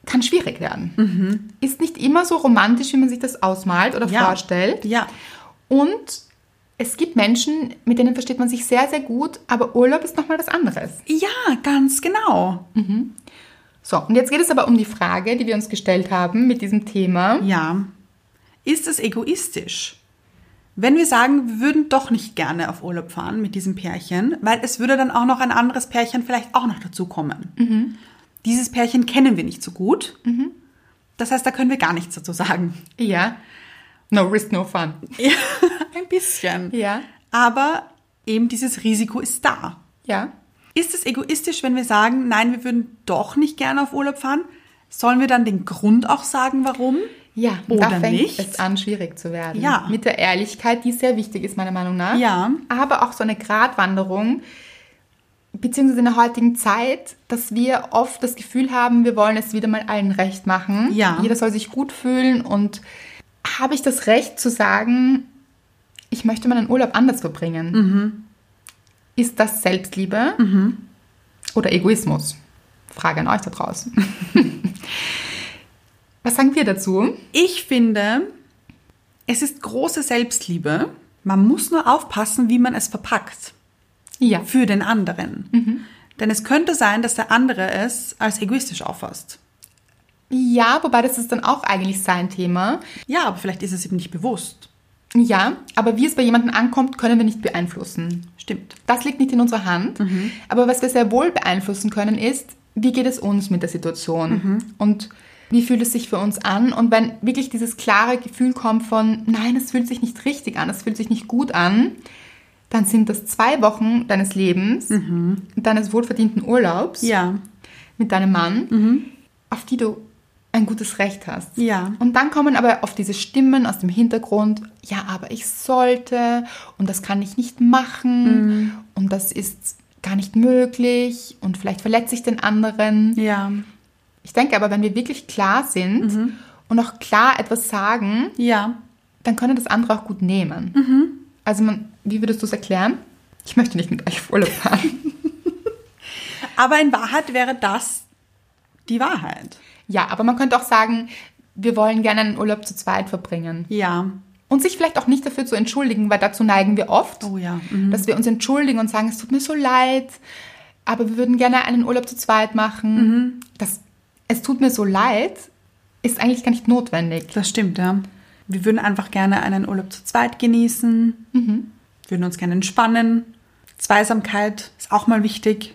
Kann schwierig werden. Ist nicht immer so romantisch, wie man sich das ausmalt oder Mhm. Ja. vorstellt. Ja. Und es gibt Menschen, mit denen versteht man sich sehr, sehr gut, aber Urlaub ist nochmal was anderes. Ja, ganz genau. So, und jetzt geht es aber um die Frage, die wir uns gestellt haben mit diesem Thema. Ja. Ist es egoistisch? Wenn wir sagen, wir würden doch nicht gerne auf Urlaub fahren mit diesem Pärchen, weil es würde dann auch noch ein anderes Pärchen vielleicht auch noch dazukommen. Dieses Pärchen kennen wir nicht so gut. Das heißt, da können wir gar nichts dazu sagen. Ja. No risk, no fun. Ein bisschen. Ja. Aber eben dieses Risiko ist da. Ja. Ist es egoistisch, wenn wir sagen, nein, wir würden doch nicht gerne auf Urlaub fahren? Sollen wir dann den Grund auch sagen, warum? Ja, und Oder da fängt nicht? es an, schwierig zu werden. Ja. Mit der Ehrlichkeit, die sehr wichtig ist, meiner Meinung nach. Ja. Aber auch so eine Gratwanderung, beziehungsweise in der heutigen Zeit, dass wir oft das Gefühl haben, wir wollen es wieder mal allen recht machen. Ja. Jeder soll sich gut fühlen und habe ich das Recht zu sagen, ich möchte meinen Urlaub anders verbringen? Mhm. Ist das Selbstliebe oder Egoismus? Frage an euch da draußen. Was sagen wir dazu? Ich finde, es ist große Selbstliebe. Man muss nur aufpassen, wie man es verpackt Ja. für den anderen. Denn es könnte sein, dass der andere es als egoistisch auffasst. Ja, wobei das ist dann auch eigentlich sein Thema. Ja, aber vielleicht ist es ihm nicht bewusst. Ja, aber wie es bei jemandem ankommt, können wir nicht beeinflussen. Stimmt. Mhm. Das liegt nicht in unserer Hand. Aber was wir sehr wohl beeinflussen können, ist, wie geht es uns mit der Situation Mhm. und wie fühlt es sich für uns an? Und wenn wirklich dieses klare Gefühl kommt von, nein, es fühlt sich nicht richtig an, es fühlt sich nicht gut an, dann sind das zwei Wochen deines Lebens, deines wohlverdienten Urlaubs Mhm. Ja. mit deinem Mann, auf die du ein gutes Recht hast. Mhm. Ja. Und dann kommen aber oft diese Stimmen aus dem Hintergrund, ja, aber ich sollte und das kann ich nicht machen Mhm. und das ist gar nicht möglich und vielleicht verletze ich den anderen. Ja. Ich denke aber, wenn wir wirklich klar sind Mhm. und auch klar etwas sagen, Ja. dann können das andere auch gut nehmen. Mhm. Also man, wie würdest du es erklären? Ich möchte nicht mit euch auf Urlaub fahren. Aber in Wahrheit wäre das die Wahrheit. ja, aber man könnte auch sagen, wir wollen gerne einen Urlaub zu zweit verbringen. Ja. Und sich vielleicht auch nicht dafür zu entschuldigen, weil dazu neigen wir oft, Oh ja, dass wir uns entschuldigen und sagen, es tut mir so leid, aber wir würden gerne einen Urlaub zu zweit machen. Mhm. Das, es tut mir so leid, ist eigentlich gar nicht notwendig. Das stimmt, ja. Wir würden einfach gerne einen Urlaub zu zweit genießen, würden uns gerne entspannen. Zweisamkeit ist auch mal wichtig.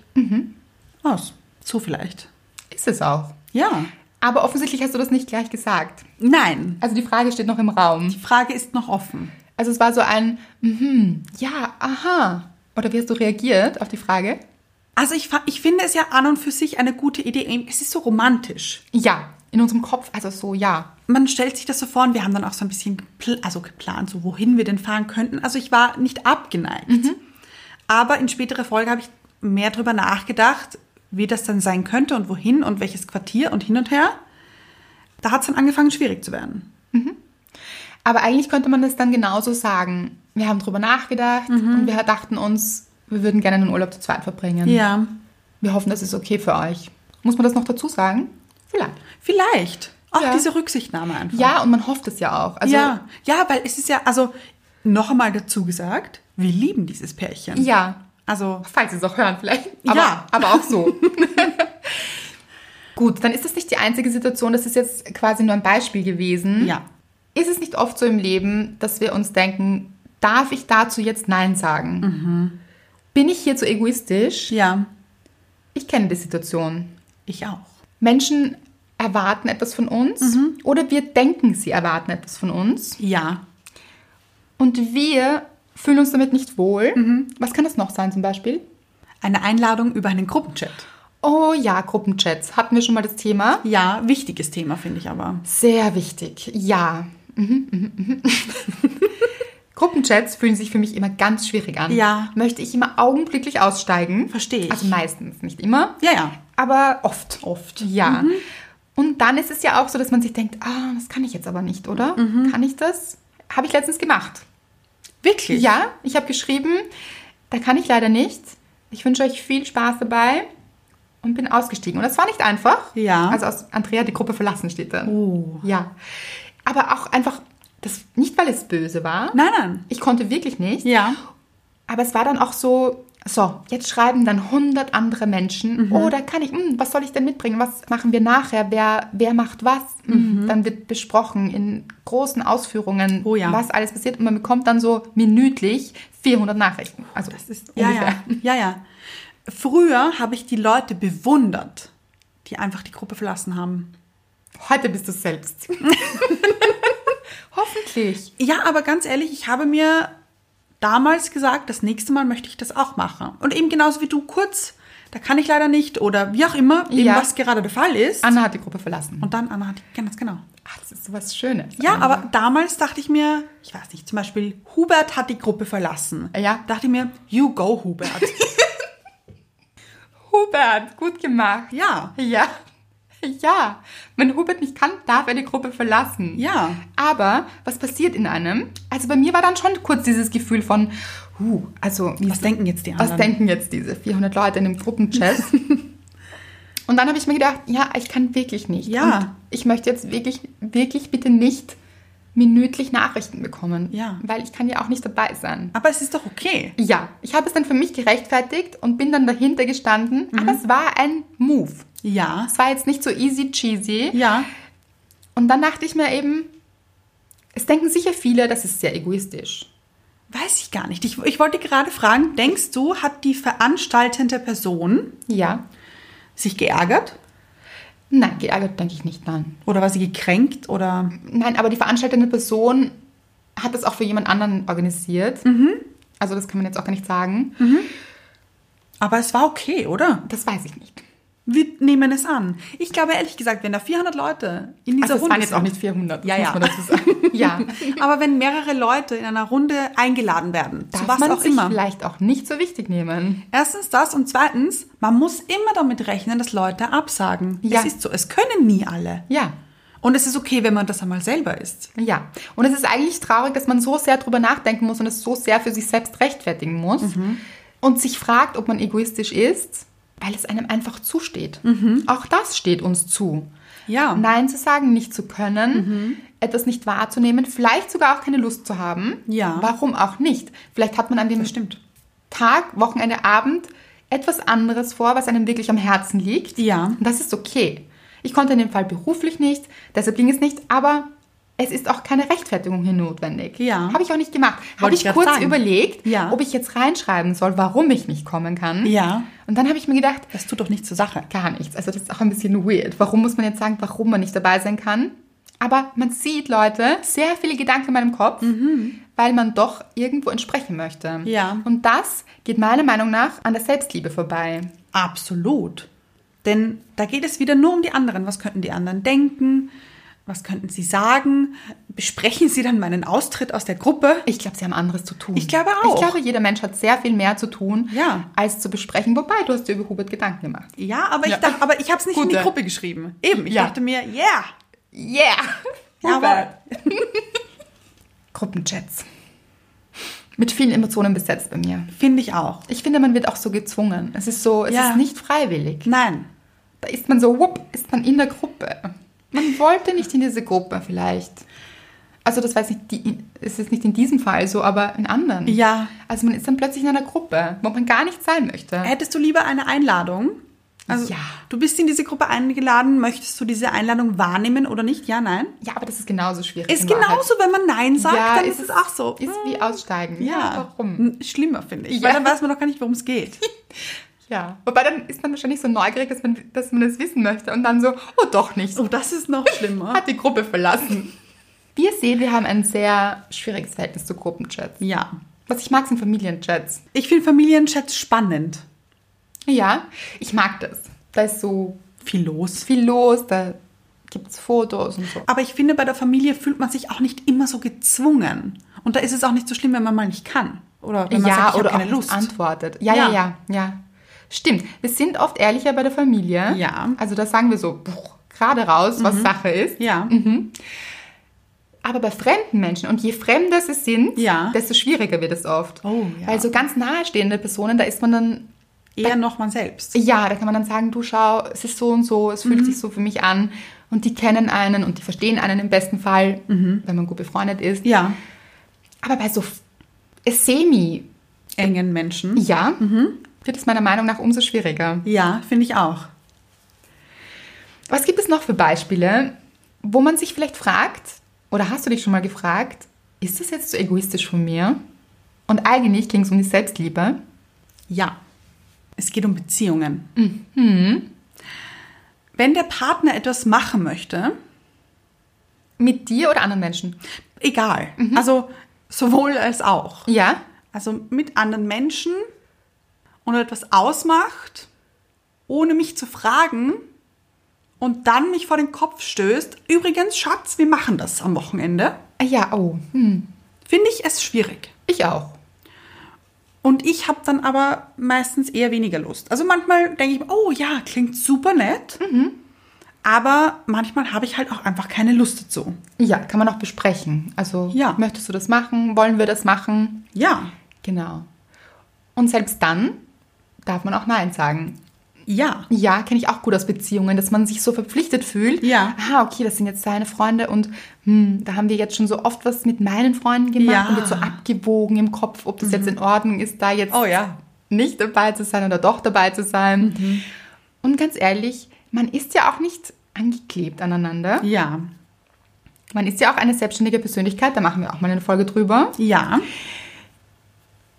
Aus. So vielleicht. Ist es auch. Ja. Aber offensichtlich hast du das nicht gleich gesagt. Nein, Also die Frage steht noch im Raum. die Frage ist noch offen. Also es war so ein, mhm, ja, aha. Oder wie hast du reagiert auf die Frage? Also ich, fa- ich finde es ja an und für sich eine gute Idee. Es ist so romantisch. Ja, in unserem Kopf, also so, ja. Man stellt sich das so vor und wir haben dann auch so ein bisschen gepl also geplant, so wohin wir denn fahren könnten. Also ich war nicht abgeneigt. Mhm. Aber in späterer Folge habe ich mehr darüber nachgedacht, wie das dann sein könnte und wohin und welches Quartier und hin und her. Da hat es dann angefangen, schwierig zu werden. Aber eigentlich könnte man das dann genauso sagen. Wir haben drüber nachgedacht Mhm. und wir dachten uns, wir würden gerne einen Urlaub zu zweit verbringen. Ja, Wir hoffen, das ist okay für euch. Muss man das noch dazu sagen? Vielleicht. vielleicht. Auch Ja. diese Rücksichtnahme einfach. Ja, und man hofft es ja auch. Also, ja, ja, weil es ist ja, also noch einmal dazu gesagt, wir lieben dieses Pärchen. Ja. Also, Falls sie es auch hören, vielleicht. Aber, Ja. aber auch so. Gut, dann ist das nicht die einzige Situation. Das ist jetzt quasi nur ein Beispiel gewesen. ja. Ist es nicht oft so im Leben, dass wir uns denken, darf ich dazu jetzt Nein sagen? Bin ich hier zu egoistisch? Mhm. Ja, Ich kenne die Situation. ich auch. Menschen erwarten etwas von uns Mhm. oder wir denken, sie erwarten etwas von uns Ja. und wir fühlen uns damit nicht wohl. Mhm. Was kann das noch sein zum Beispiel? Eine Einladung über einen Gruppenchat. Oh ja, Gruppenchats. Hatten wir schon mal das Thema? Ja, wichtiges Thema, finde ich aber. Sehr wichtig. Ja. Mhm, mhm, mhm. Gruppenchats fühlen sich für mich immer ganz schwierig an. Ja. Möchte ich immer augenblicklich aussteigen. Verstehe ich. Also meistens, nicht immer. Ja, ja. Aber oft. Oft. Mhm. Ja. Und dann ist es ja auch so, dass man sich denkt, ah, das kann ich jetzt aber nicht, oder? Mhm. Kann ich das? Habe ich letztens gemacht. Wirklich? Ja, ich habe geschrieben, da kann ich leider nicht. Ich wünsche euch viel Spaß dabei und bin ausgestiegen. Und das war nicht einfach. Ja. Also aus Andrea die Gruppe verlassen steht da. Oh. Ja. Aber auch einfach, das, nicht weil es böse war. Nein, nein. Ich konnte wirklich nicht. Ja. Aber es war dann auch so, so, jetzt schreiben dann 100 andere Menschen, Mhm. oh, da kann ich, hm, was soll ich denn mitbringen? Was machen wir nachher? Wer, wer macht was? Hm, Dann wird besprochen in großen Ausführungen, Mhm. Oh ja. was alles passiert. Und man bekommt dann so minütlich 400 Nachrichten. Also, Das ist, ja, ja. ja, ja. Früher habe ich die Leute bewundert, die einfach die Gruppe verlassen haben. Heute bist du es selbst. Hoffentlich. Ja, aber ganz ehrlich, ich habe mir damals gesagt, das nächste Mal möchte ich das auch machen. Und eben genauso wie du kurz, da kann ich leider nicht oder wie auch immer, eben Ja. was gerade der Fall ist. Anna hat die Gruppe verlassen. Und dann Anna hat ganz genau. Ach, das ist sowas Schönes. Ja, aber damals dachte ich mir, ich weiß nicht, zum Beispiel Hubert hat die Gruppe verlassen. Äh, Ja. Dachte ich mir, you go Hubert. Hubert, gut gemacht. ja. Ja, ja. Wenn Hubert nicht kann, darf er die Gruppe verlassen. Ja. Aber was passiert in einem? Also bei mir war dann schon kurz dieses Gefühl von, huh, also wie Was denken jetzt die anderen? was denken jetzt diese 400 Leute in dem Gruppenchat? Und dann habe ich mir gedacht, ja, ich kann wirklich nicht. Ja. Und ich möchte jetzt wirklich, wirklich bitte nicht minütlich Nachrichten bekommen. Ja. Weil ich kann ja auch nicht dabei sein. Aber es ist doch okay. Ja, ich habe es dann für mich gerechtfertigt und bin dann dahinter gestanden. Aber Mhm. es war ein Move. Ja. Es war jetzt nicht so easy cheesy. Ja. Und dann dachte ich mir eben, es denken sicher viele, das ist sehr egoistisch. Weiß ich gar nicht. Ich, ich wollte gerade fragen, denkst du, hat die veranstaltende Person Ja. sich geärgert? Nein, geärgert also denke ich nicht, nein. Oder war sie gekränkt? Oder Nein, aber die veranstaltende Person hat das auch für jemand anderen organisiert. Mhm. Also das kann man jetzt auch gar nicht sagen. aber es war okay, oder? Das weiß ich nicht. Wir nehmen es an. Ich glaube ehrlich gesagt, wenn da 400 Leute in dieser Also es Runde waren jetzt sind- auch nicht 400, Ja, muss ja. man dazu sagen. ja. Aber wenn mehrere Leute in einer Runde eingeladen werden, zu Darf was man auch sich immer. vielleicht auch nicht so wichtig nehmen. Erstens das und zweitens, man muss immer damit rechnen, dass Leute absagen. Ja. Es ist so, es können nie alle. Ja. Und es ist okay, wenn man das einmal selber ist. Ja, und es ist eigentlich traurig, dass man so sehr drüber nachdenken muss und es so sehr für sich selbst rechtfertigen muss und sich fragt, ob man egoistisch ist, weil es einem einfach zusteht. Auch das steht uns zu. Ja. Nein zu sagen, nicht zu können, Mhm. etwas nicht wahrzunehmen, vielleicht sogar auch keine Lust zu haben. Ja. Warum auch nicht? Vielleicht hat man an dem stimmt. Tag, Wochenende, Abend etwas anderes vor, was einem wirklich am Herzen liegt. Ja. Und das ist okay. Ich konnte in dem Fall beruflich nicht, deshalb ging es nicht, aber es ist auch keine Rechtfertigung hier notwendig. Ja. Habe ich auch nicht gemacht. Habe Wollte ich ich grad kurz sagen. überlegt, Ja. ob ich jetzt reinschreiben soll, warum ich nicht kommen kann. Ja. Und dann habe ich mir gedacht, Das tut doch nichts zur Sache. gar nichts. Also das ist auch ein bisschen weird. Warum muss man jetzt sagen, warum man nicht dabei sein kann? Aber man sieht, Leute, sehr viele Gedanken in meinem Kopf, weil man doch irgendwo entsprechen möchte. Mhm. Ja. Und das geht meiner Meinung nach an der Selbstliebe vorbei. Absolut. Denn da geht es wieder nur um die anderen. Was könnten die anderen denken? Was könnten sie sagen? Besprechen sie dann meinen Austritt aus der Gruppe? Ich glaube, sie haben anderes zu tun. Ich glaube auch. Ich glaube, jeder Mensch hat sehr viel mehr zu tun, Ja. als zu besprechen. Wobei, du hast dir über Hubert Gedanken gemacht. Ja, aber Ja. ich dachte, aber ich habe es nicht in die Gute. Gruppe geschrieben. Eben, ich Ja. dachte mir, yeah. Yeah! Ja, aber- Gruppenchats. Mit vielen Emotionen besetzt bei mir. Finde ich auch. Ich finde, man wird auch so gezwungen. Es ist so, es Ja. ist nicht freiwillig. Nein. Da ist man so, wupp, ist man in der Gruppe. Man wollte nicht in diese Gruppe vielleicht. Also das weiß nicht, die, es ist nicht in diesem Fall so, aber in anderen. Ja. Also man ist dann plötzlich in einer Gruppe, wo man gar nicht sein möchte. Hättest du lieber eine Einladung? Also, Ja. du bist in diese Gruppe eingeladen, möchtest du diese Einladung wahrnehmen oder nicht? Ja, nein? Ja, aber das ist genauso schwierig. Ist in Wahrheit. genauso, wenn man Nein sagt, Ja, dann ist es auch so. Hm. Ist wie aussteigen. Ja. Warum? N- Schlimmer, finde ich. Ja. Weil dann weiß man doch gar nicht, worum es geht. Ja. Wobei dann ist man wahrscheinlich so neugierig, dass man, dass man das wissen möchte und dann so, oh doch nicht. Oh, das ist noch schlimmer. Hat die Gruppe verlassen. Wir sehen, wir haben ein sehr schwieriges Verhältnis zu Gruppenchats. ja. Was ich mag, sind Familienchats. Ich finde Familienchats spannend. Ja, ich mag das. Da ist so Viel los. viel los, da gibt es Fotos und so. Aber ich finde, bei der Familie fühlt man sich auch nicht immer so gezwungen. Und da ist es auch nicht so schlimm, wenn man mal nicht kann. Oder wenn man sagt, ich habe keine nicht Lust. antwortet. Ja, ja, Ja. ja, ja. Stimmt, wir sind oft ehrlicher bei der Familie. Ja. Mhm. Also da sagen wir so, puh, gerade raus, was Sache ist. Ja. Aber bei fremden Menschen, und je fremder sie sind, Ja. desto schwieriger wird es oft. Oh, ja. Weil so ganz nahestehende Personen, da ist man dann Eher noch man selbst. Ja, da kann man dann sagen, du schau, es ist so und so, es Mhm. fühlt sich so für mich an. Und die kennen einen und die verstehen einen im besten Fall, Mhm. wenn man gut befreundet ist. Ja. Aber bei so f- semi, Engen Menschen. ja, wird es meiner Meinung nach umso schwieriger. Ja, finde ich auch. Was gibt es noch für Beispiele, wo man sich vielleicht fragt, oder hast du dich schon mal gefragt, ist das jetzt so egoistisch von mir? Und eigentlich ging es um die Selbstliebe. Ja. Es geht um Beziehungen. Wenn der Partner etwas machen möchte, Mit dir oder anderen Menschen? egal. Also sowohl als auch. Ja? Also mit anderen Menschen und etwas ausmacht, ohne mich zu fragen und dann mich vor den Kopf stößt. Übrigens, Schatz, wir machen das am Wochenende. Ah Ja, oh. Hm. Finde ich es schwierig. Ich auch. Und ich habe dann aber meistens eher weniger Lust. Also manchmal denke ich, mir, oh ja, klingt super nett. Aber manchmal habe ich halt auch einfach keine Lust dazu. Ja, kann man auch besprechen. Also, Ja. möchtest du das machen? Wollen wir das machen? Ja, Genau. Und selbst dann darf man auch Nein sagen. ja, Ja, kenne ich auch gut aus Beziehungen, dass man sich so verpflichtet fühlt. Ja. Aha, okay, das sind jetzt deine Freunde und hm, da haben wir jetzt schon so oft was mit meinen Freunden gemacht Ja. Mhm. und jetzt so abgewogen im Kopf, ob das jetzt in Ordnung ist, da jetzt Oh ja. nicht dabei zu sein oder doch dabei zu sein. Mhm. Und ganz ehrlich, man ist ja auch nicht angeklebt aneinander. ja, Man ist ja auch eine selbstständige Persönlichkeit, da machen wir auch mal eine Folge drüber. ja.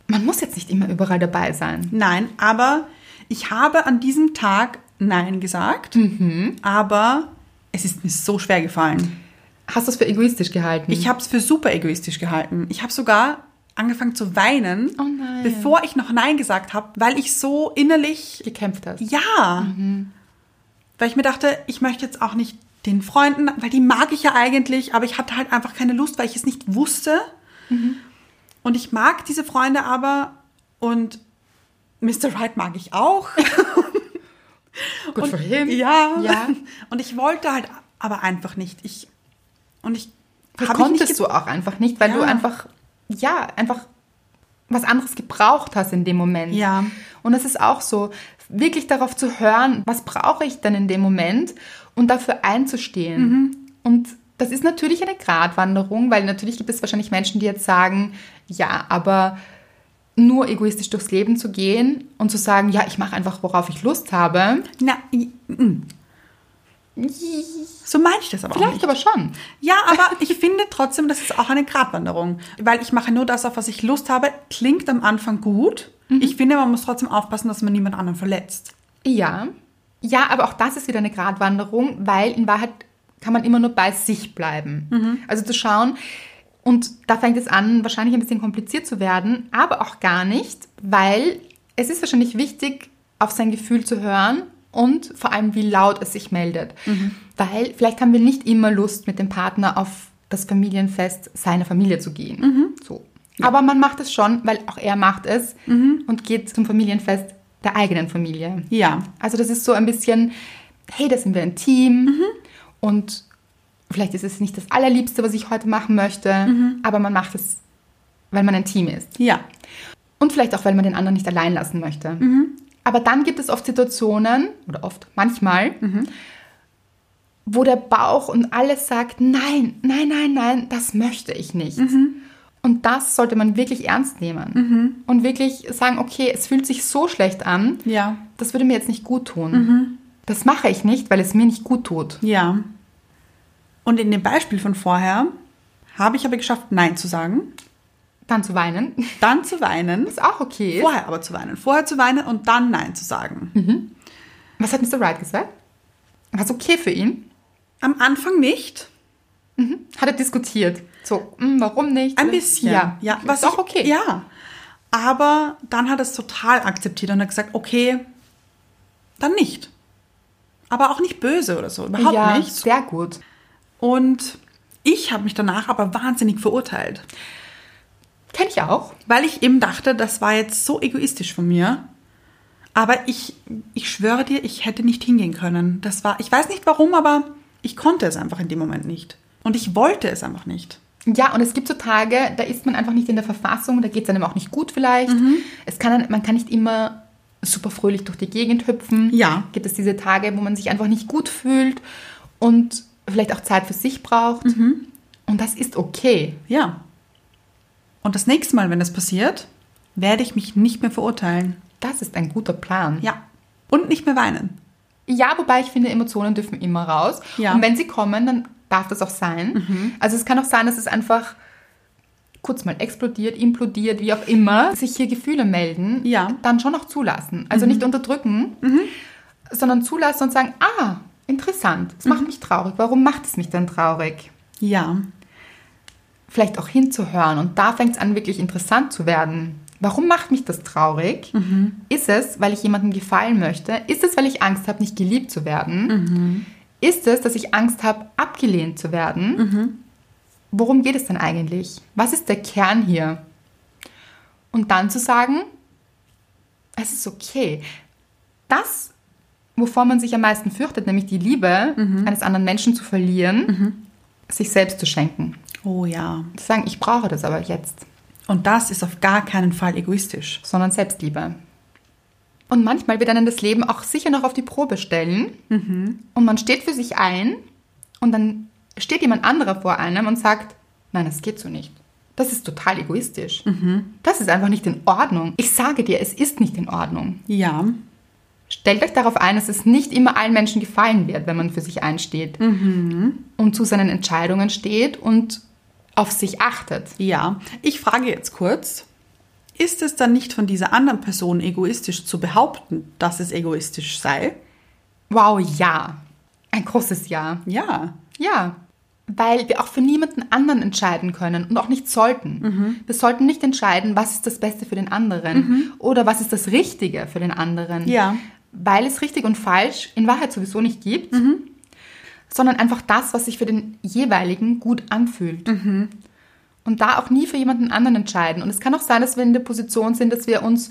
Man muss jetzt nicht immer überall dabei sein. Nein, aber ich habe an diesem Tag Nein gesagt, aber es ist mir so schwer gefallen. Hast du es für egoistisch gehalten? Ich habe es für super egoistisch gehalten. Ich habe sogar angefangen zu weinen, Oh nein. bevor ich noch Nein gesagt habe, weil ich so innerlich, gekämpft hast. ja, weil ich mir dachte, ich möchte jetzt auch nicht den Freunden, weil die mag ich ja eigentlich, aber ich hatte halt einfach keine Lust, weil ich es nicht wusste. Und ich mag diese Freunde aber und Mr. Right mag ich auch. Good for him. Ja. Ja. Und ich wollte halt aber einfach nicht. Ich und ich Das hab konntest ich nicht du auch einfach nicht, weil Ja. du einfach, ja, einfach was anderes gebraucht hast in dem Moment. Ja. Und das ist auch so, wirklich darauf zu hören, was brauche ich denn in dem Moment und dafür einzustehen. Mhm. Und das ist natürlich eine Gratwanderung, weil natürlich gibt es wahrscheinlich Menschen, die jetzt sagen, ja, aber nur egoistisch durchs Leben zu gehen und zu sagen, ja, ich mache einfach, worauf ich Lust habe. ge- Na, i- mm. So meine ich das aber auch Vielleicht nicht. aber schon. Ja, aber ich finde trotzdem, das ist auch eine Gratwanderung. Weil ich mache nur das, auf was ich Lust habe. Klingt am Anfang gut. Ich finde, man muss trotzdem aufpassen, dass man niemand anderen verletzt. Ja. Ja, aber auch das ist wieder eine Gratwanderung, weil in Wahrheit kann man immer nur bei sich bleiben. Also zu schauen, und da fängt es an, wahrscheinlich ein bisschen kompliziert zu werden, aber auch gar nicht, weil es ist wahrscheinlich wichtig, auf sein Gefühl zu hören und vor allem, wie laut es sich meldet. Weil vielleicht haben wir nicht immer Lust, mit dem Partner auf das Familienfest seiner Familie zu gehen. So. Aber man macht es schon, weil auch er macht es und geht zum Familienfest der eigenen Familie. Ja. Also das ist so ein bisschen, hey, da sind wir ein Team und vielleicht ist es nicht das Allerliebste, was ich heute machen möchte, aber man macht es, weil man ein Team ist. Ja. Und vielleicht auch, weil man den anderen nicht allein lassen möchte. Aber dann gibt es oft Situationen, oder oft, manchmal, wo der Bauch und alles sagt, nein, nein, nein, nein, das möchte ich nicht. Und das sollte man wirklich ernst nehmen. Und wirklich sagen, okay, es fühlt sich so schlecht an, Ja. das würde mir jetzt nicht gut tun. Mhm. Das mache ich nicht, weil es mir nicht gut tut. Ja. Und in dem Beispiel von vorher habe ich aber geschafft, Nein zu sagen, Dann zu weinen, dann zu weinen, ist auch okay. vorher aber zu weinen, vorher zu weinen und dann Nein zu sagen. Was hat Mr. Wright gesagt? War es okay für ihn? Am Anfang nicht. Hat er diskutiert? So, hm, warum nicht? Ein bisschen. Ja, ja was ist auch ich- okay. Ja. Aber dann hat er es total akzeptiert und hat gesagt, okay, dann nicht. Aber auch nicht böse oder so, überhaupt ja nicht. sehr gut. Und ich habe mich danach aber wahnsinnig verurteilt, Kenne ich auch. weil ich eben dachte, das war jetzt so egoistisch von mir. Aber ich, ich schwöre dir, ich hätte nicht hingehen können. Das war, ich weiß nicht warum, aber ich konnte es einfach in dem Moment nicht. Und ich wollte es einfach nicht. Ja, und es gibt so Tage, da ist man einfach nicht in der Verfassung, da geht es einem auch nicht gut vielleicht. Mhm. Es kann, man kann nicht immer super fröhlich durch die Gegend hüpfen. Ja. Gibt es diese Tage, wo man sich einfach nicht gut fühlt und vielleicht auch Zeit für sich braucht. Mhm. Und das ist okay. Ja. Und das nächste Mal, wenn das passiert, werde ich mich nicht mehr verurteilen. Das ist ein guter Plan. Ja. Und nicht mehr weinen. Ja, wobei ich finde, Emotionen dürfen immer raus. Ja. Mhm. Und wenn sie kommen, dann darf das auch sein. Also es kann auch sein, dass es einfach kurz mal explodiert, implodiert, wie auch immer, sich hier Gefühle melden, Ja. Mhm. dann schon auch zulassen. Also nicht unterdrücken, sondern zulassen und sagen, ah, interessant, es Mhm. macht mich traurig. Warum macht es mich dann traurig? Ja. Vielleicht auch hinzuhören. Und da fängt es an, wirklich interessant zu werden. Warum macht mich das traurig? Ist es, weil ich jemandem gefallen möchte? Ist es, weil ich Angst habe, nicht geliebt zu werden? Ist es, dass ich Angst habe, abgelehnt zu werden? Worum geht es denn eigentlich? Was ist der Kern hier? Und dann zu sagen, es ist okay. Das, wovor man sich am meisten fürchtet, nämlich die Liebe eines anderen Menschen zu verlieren, sich selbst zu schenken. Oh ja. Zu sagen, ich brauche das aber jetzt, Und das ist auf gar keinen Fall egoistisch. sondern Selbstliebe. Und manchmal wird einem das Leben auch sicher noch auf die Probe stellen und man steht für sich ein und dann steht jemand anderer vor einem und sagt, nein, das geht so nicht. Das ist total egoistisch. Das ist einfach nicht in Ordnung. Ich sage dir, es ist nicht in Ordnung. Ja. Stellt euch darauf ein, dass es nicht immer allen Menschen gefallen wird, wenn man für sich einsteht und zu seinen Entscheidungen steht und auf sich achtet. Ja. Ich frage jetzt kurz. Ist es dann nicht von dieser anderen Person egoistisch zu behaupten, dass es egoistisch sei? Wow, ja. Ein großes Ja. Ja. Ja. Weil wir auch für niemanden anderen entscheiden können und auch nicht sollten. Wir sollten nicht entscheiden, was ist das Beste für den anderen oder was ist das Richtige für den anderen. Ja. Weil es richtig und falsch in Wahrheit sowieso nicht gibt, sondern einfach das, was sich für den jeweiligen gut anfühlt. Und da auch nie für jemanden anderen entscheiden. Und es kann auch sein, dass wir in der Position sind, dass wir uns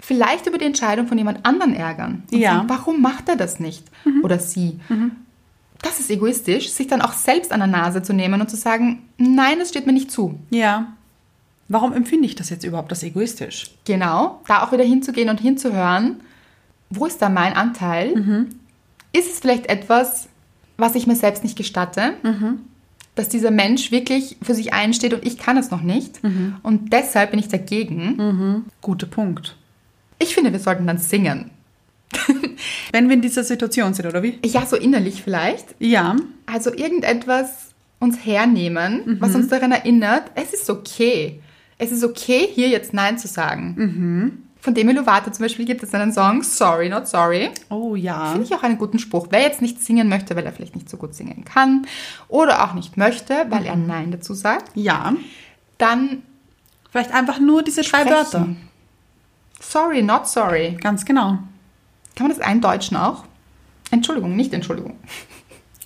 vielleicht über die Entscheidung von jemand anderen ärgern. Und Ja. sagen, warum macht er das nicht? Oder sie? Das ist egoistisch, sich dann auch selbst an der Nase zu nehmen und zu sagen, nein, das steht mir nicht zu. Ja. Warum empfinde ich das jetzt überhaupt als egoistisch? Genau, da auch wieder hinzugehen und hinzuhören, wo ist da mein Anteil? Ist es vielleicht etwas, was ich mir selbst nicht gestatte? Dass dieser Mensch wirklich für sich einsteht und ich kann es noch nicht und deshalb bin ich dagegen. Guter Punkt. Ich finde, wir sollten dann singen. Wenn wir in dieser Situation sind, oder wie? Ja, so innerlich vielleicht. Ja. Also irgendetwas uns hernehmen, was uns daran erinnert, es ist okay. Es ist okay, hier jetzt Nein zu sagen. Von Demi Lovato zum Beispiel gibt es einen Song, Sorry, Not Sorry. Oh ja. Finde ich auch einen guten Spruch. Wer jetzt nicht singen möchte, weil er vielleicht nicht so gut singen kann oder auch nicht möchte, weil er Nein dazu sagt, Ja. dann Vielleicht einfach nur diese drei sprechen. Wörter. Sorry, not sorry. Ganz genau. Kann man das eindeutschen auch? Entschuldigung, nicht Entschuldigung.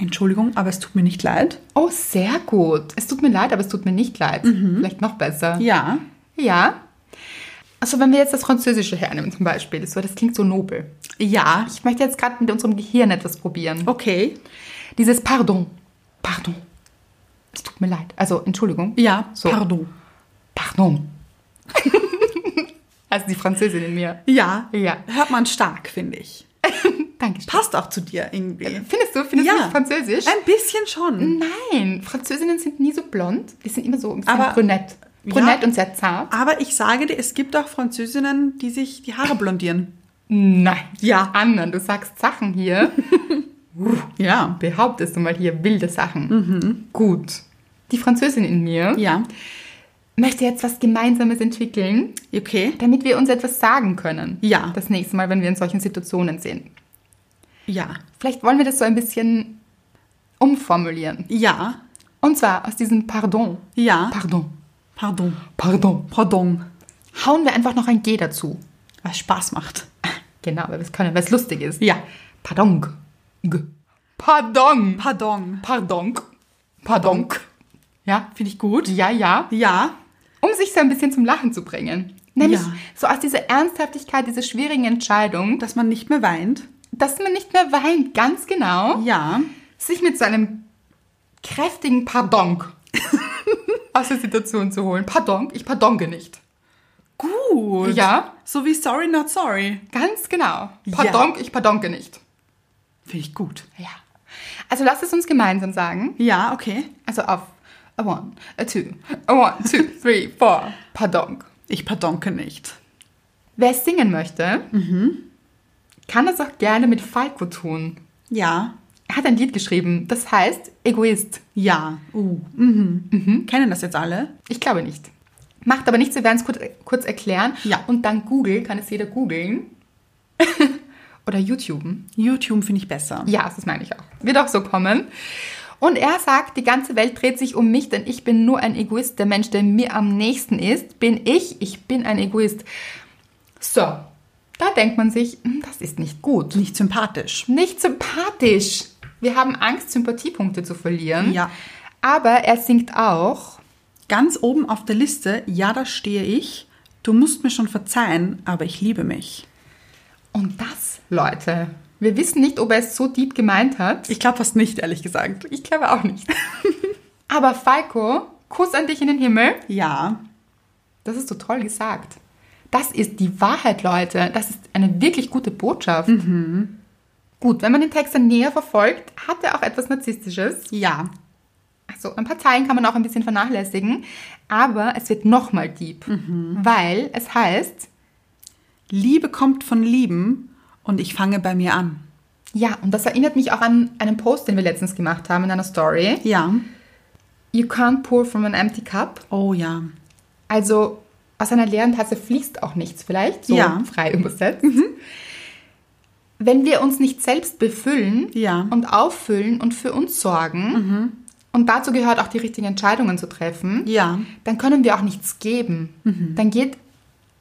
Entschuldigung, aber es tut mir nicht leid. Oh, sehr gut. Es tut mir leid, aber es tut mir nicht leid. Mhm. Vielleicht noch besser. Ja. Ja. Also wenn wir jetzt das Französische hernehmen zum Beispiel, so, das klingt so nobel. Ja. Ich möchte jetzt gerade mit unserem Gehirn etwas probieren. Okay. Dieses Pardon. Pardon. Es tut mir leid. Also Entschuldigung. Ja. So. Pardon. Pardon. also die Französin in mir. Ja. Ja. Hört man stark, finde ich. Dankeschön. Passt auch zu dir irgendwie. Findest du, findest ja. du Ähm. mich französisch? Ein bisschen schon. Nein, Französinnen sind nie so blond. Die sind immer so ein bisschen Aber- brünett. Ja. Brünett und sehr zart. Aber ich sage dir, es gibt auch Französinnen, die sich die Haare blondieren. Nein. Ja. Anna, du sagst Sachen hier. Ja. Behauptest du mal hier wilde Sachen. Gut. Die Französin in mir Ja. möchte jetzt was Gemeinsames entwickeln, Okay. damit wir uns etwas sagen können. Ja. Das nächste Mal, wenn wir in solchen Situationen sind. Ja. Vielleicht wollen wir das so ein bisschen umformulieren. Ja. Und zwar aus diesem Pardon. Ja. Pardon. Pardon. Pardon. Pardon. Hauen wir einfach noch ein G dazu. Was Spaß macht. Genau, weil wir es können, weil es lustig ist. Ja. Pardon. G. Pardon. Pardon. Pardon. Pardon. Ja, Finde ich gut. ja, ja. Ja. Um sich so ein bisschen zum Lachen zu bringen. Nämlich Ja. so aus dieser Ernsthaftigkeit, dieser schwierigen Entscheidung, Dass man nicht mehr weint. dass man nicht mehr weint, ganz genau, Ja. sich mit so einem kräftigen Pardon aus der Situation zu holen. Pardon, ich pardonge nicht. Gut. Ja. So wie Sorry, not sorry. Ganz genau. Pardon, ich pardonge nicht. Finde ich gut. Ja. Also lasst es uns gemeinsam sagen. Ja, okay. Also auf a one, a two, a one, two, three, four. Pardon. Ich pardonke nicht. Wer es singen möchte, kann das auch gerne mit Falco tun. Ja. Er hat ein Lied geschrieben, das heißt Egoist. Ja. Uh. Mhm. Mhm. Kennen das jetzt alle? Ich glaube nicht. Macht aber nichts, wir werden es kurz, kurz erklären. Ja. Und dann googeln, kann es jeder googeln. Oder YouTuben. YouTube finde ich besser. Ja, das meine ich auch. Wird auch so kommen. Und er sagt, die ganze Welt dreht sich um mich, denn ich bin nur ein Egoist. Der Mensch, der mir am nächsten ist, bin ich. Ich bin ein Egoist. So, da denkt man sich, hm, das ist nicht gut. Nicht sympathisch. Nicht sympathisch. Wir haben Angst, Sympathiepunkte zu verlieren. Ja. Aber er singt auch. Ganz oben auf der Liste, ja, da stehe ich. Du musst mir schon verzeihen, aber ich liebe mich. Und das, Leute, wir wissen nicht, ob er es so deep gemeint hat. Ich glaube fast nicht, ehrlich gesagt. Ich glaube auch nicht. Aber Falco, Kuss an dich in den Himmel. Ja. Das ist so toll gesagt. Das ist die Wahrheit, Leute. Das ist eine wirklich gute Botschaft. Mhm. Gut, wenn man den Text dann näher verfolgt, hat er auch etwas Narzisstisches. Ja. Also ein paar Zeilen kann man auch ein bisschen vernachlässigen. Aber es wird nochmal deep. Mhm. Weil es heißt, Liebe kommt von Lieben und ich fange bei mir an. ja, und das erinnert mich auch an einen Post, den wir letztens gemacht haben in einer Story. Ja. You can't pour from an empty cup. Oh ja. Also aus einer leeren Tasse fließt auch nichts vielleicht, so Ja. Mhm. frei übersetzt. Wenn wir uns nicht selbst befüllen Ja. Mhm. und auffüllen und für uns sorgen, und dazu gehört auch die richtigen Entscheidungen zu treffen, Ja. dann können wir auch nichts geben. Dann geht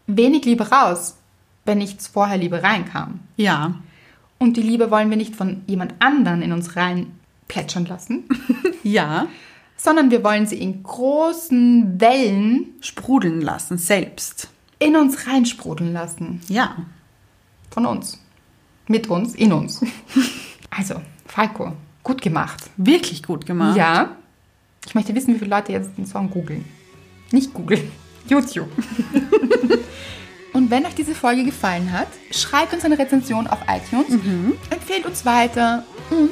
wenig Liebe raus, wenn nichts vorher Liebe reinkam. Ja. Und die Liebe wollen wir nicht von jemand anderen in uns rein plätschern lassen, Ja. sondern wir wollen sie in großen Wellen Sprudeln lassen, selbst. in uns reinsprudeln lassen. Ja. Von uns. Mit uns, in uns. Also, Falco, gut gemacht. Wirklich gut gemacht. Ja. Ich möchte wissen, wie viele Leute jetzt den Song googeln. Nicht googeln, YouTube. Und wenn euch diese Folge gefallen hat, schreibt uns eine Rezension auf iTunes, empfehlt uns weiter und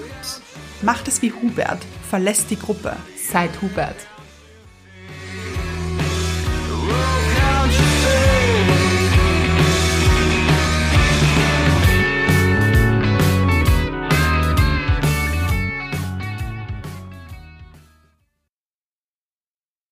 Macht es wie Hubert. Verlässt die Gruppe. seid Hubert. Whoa,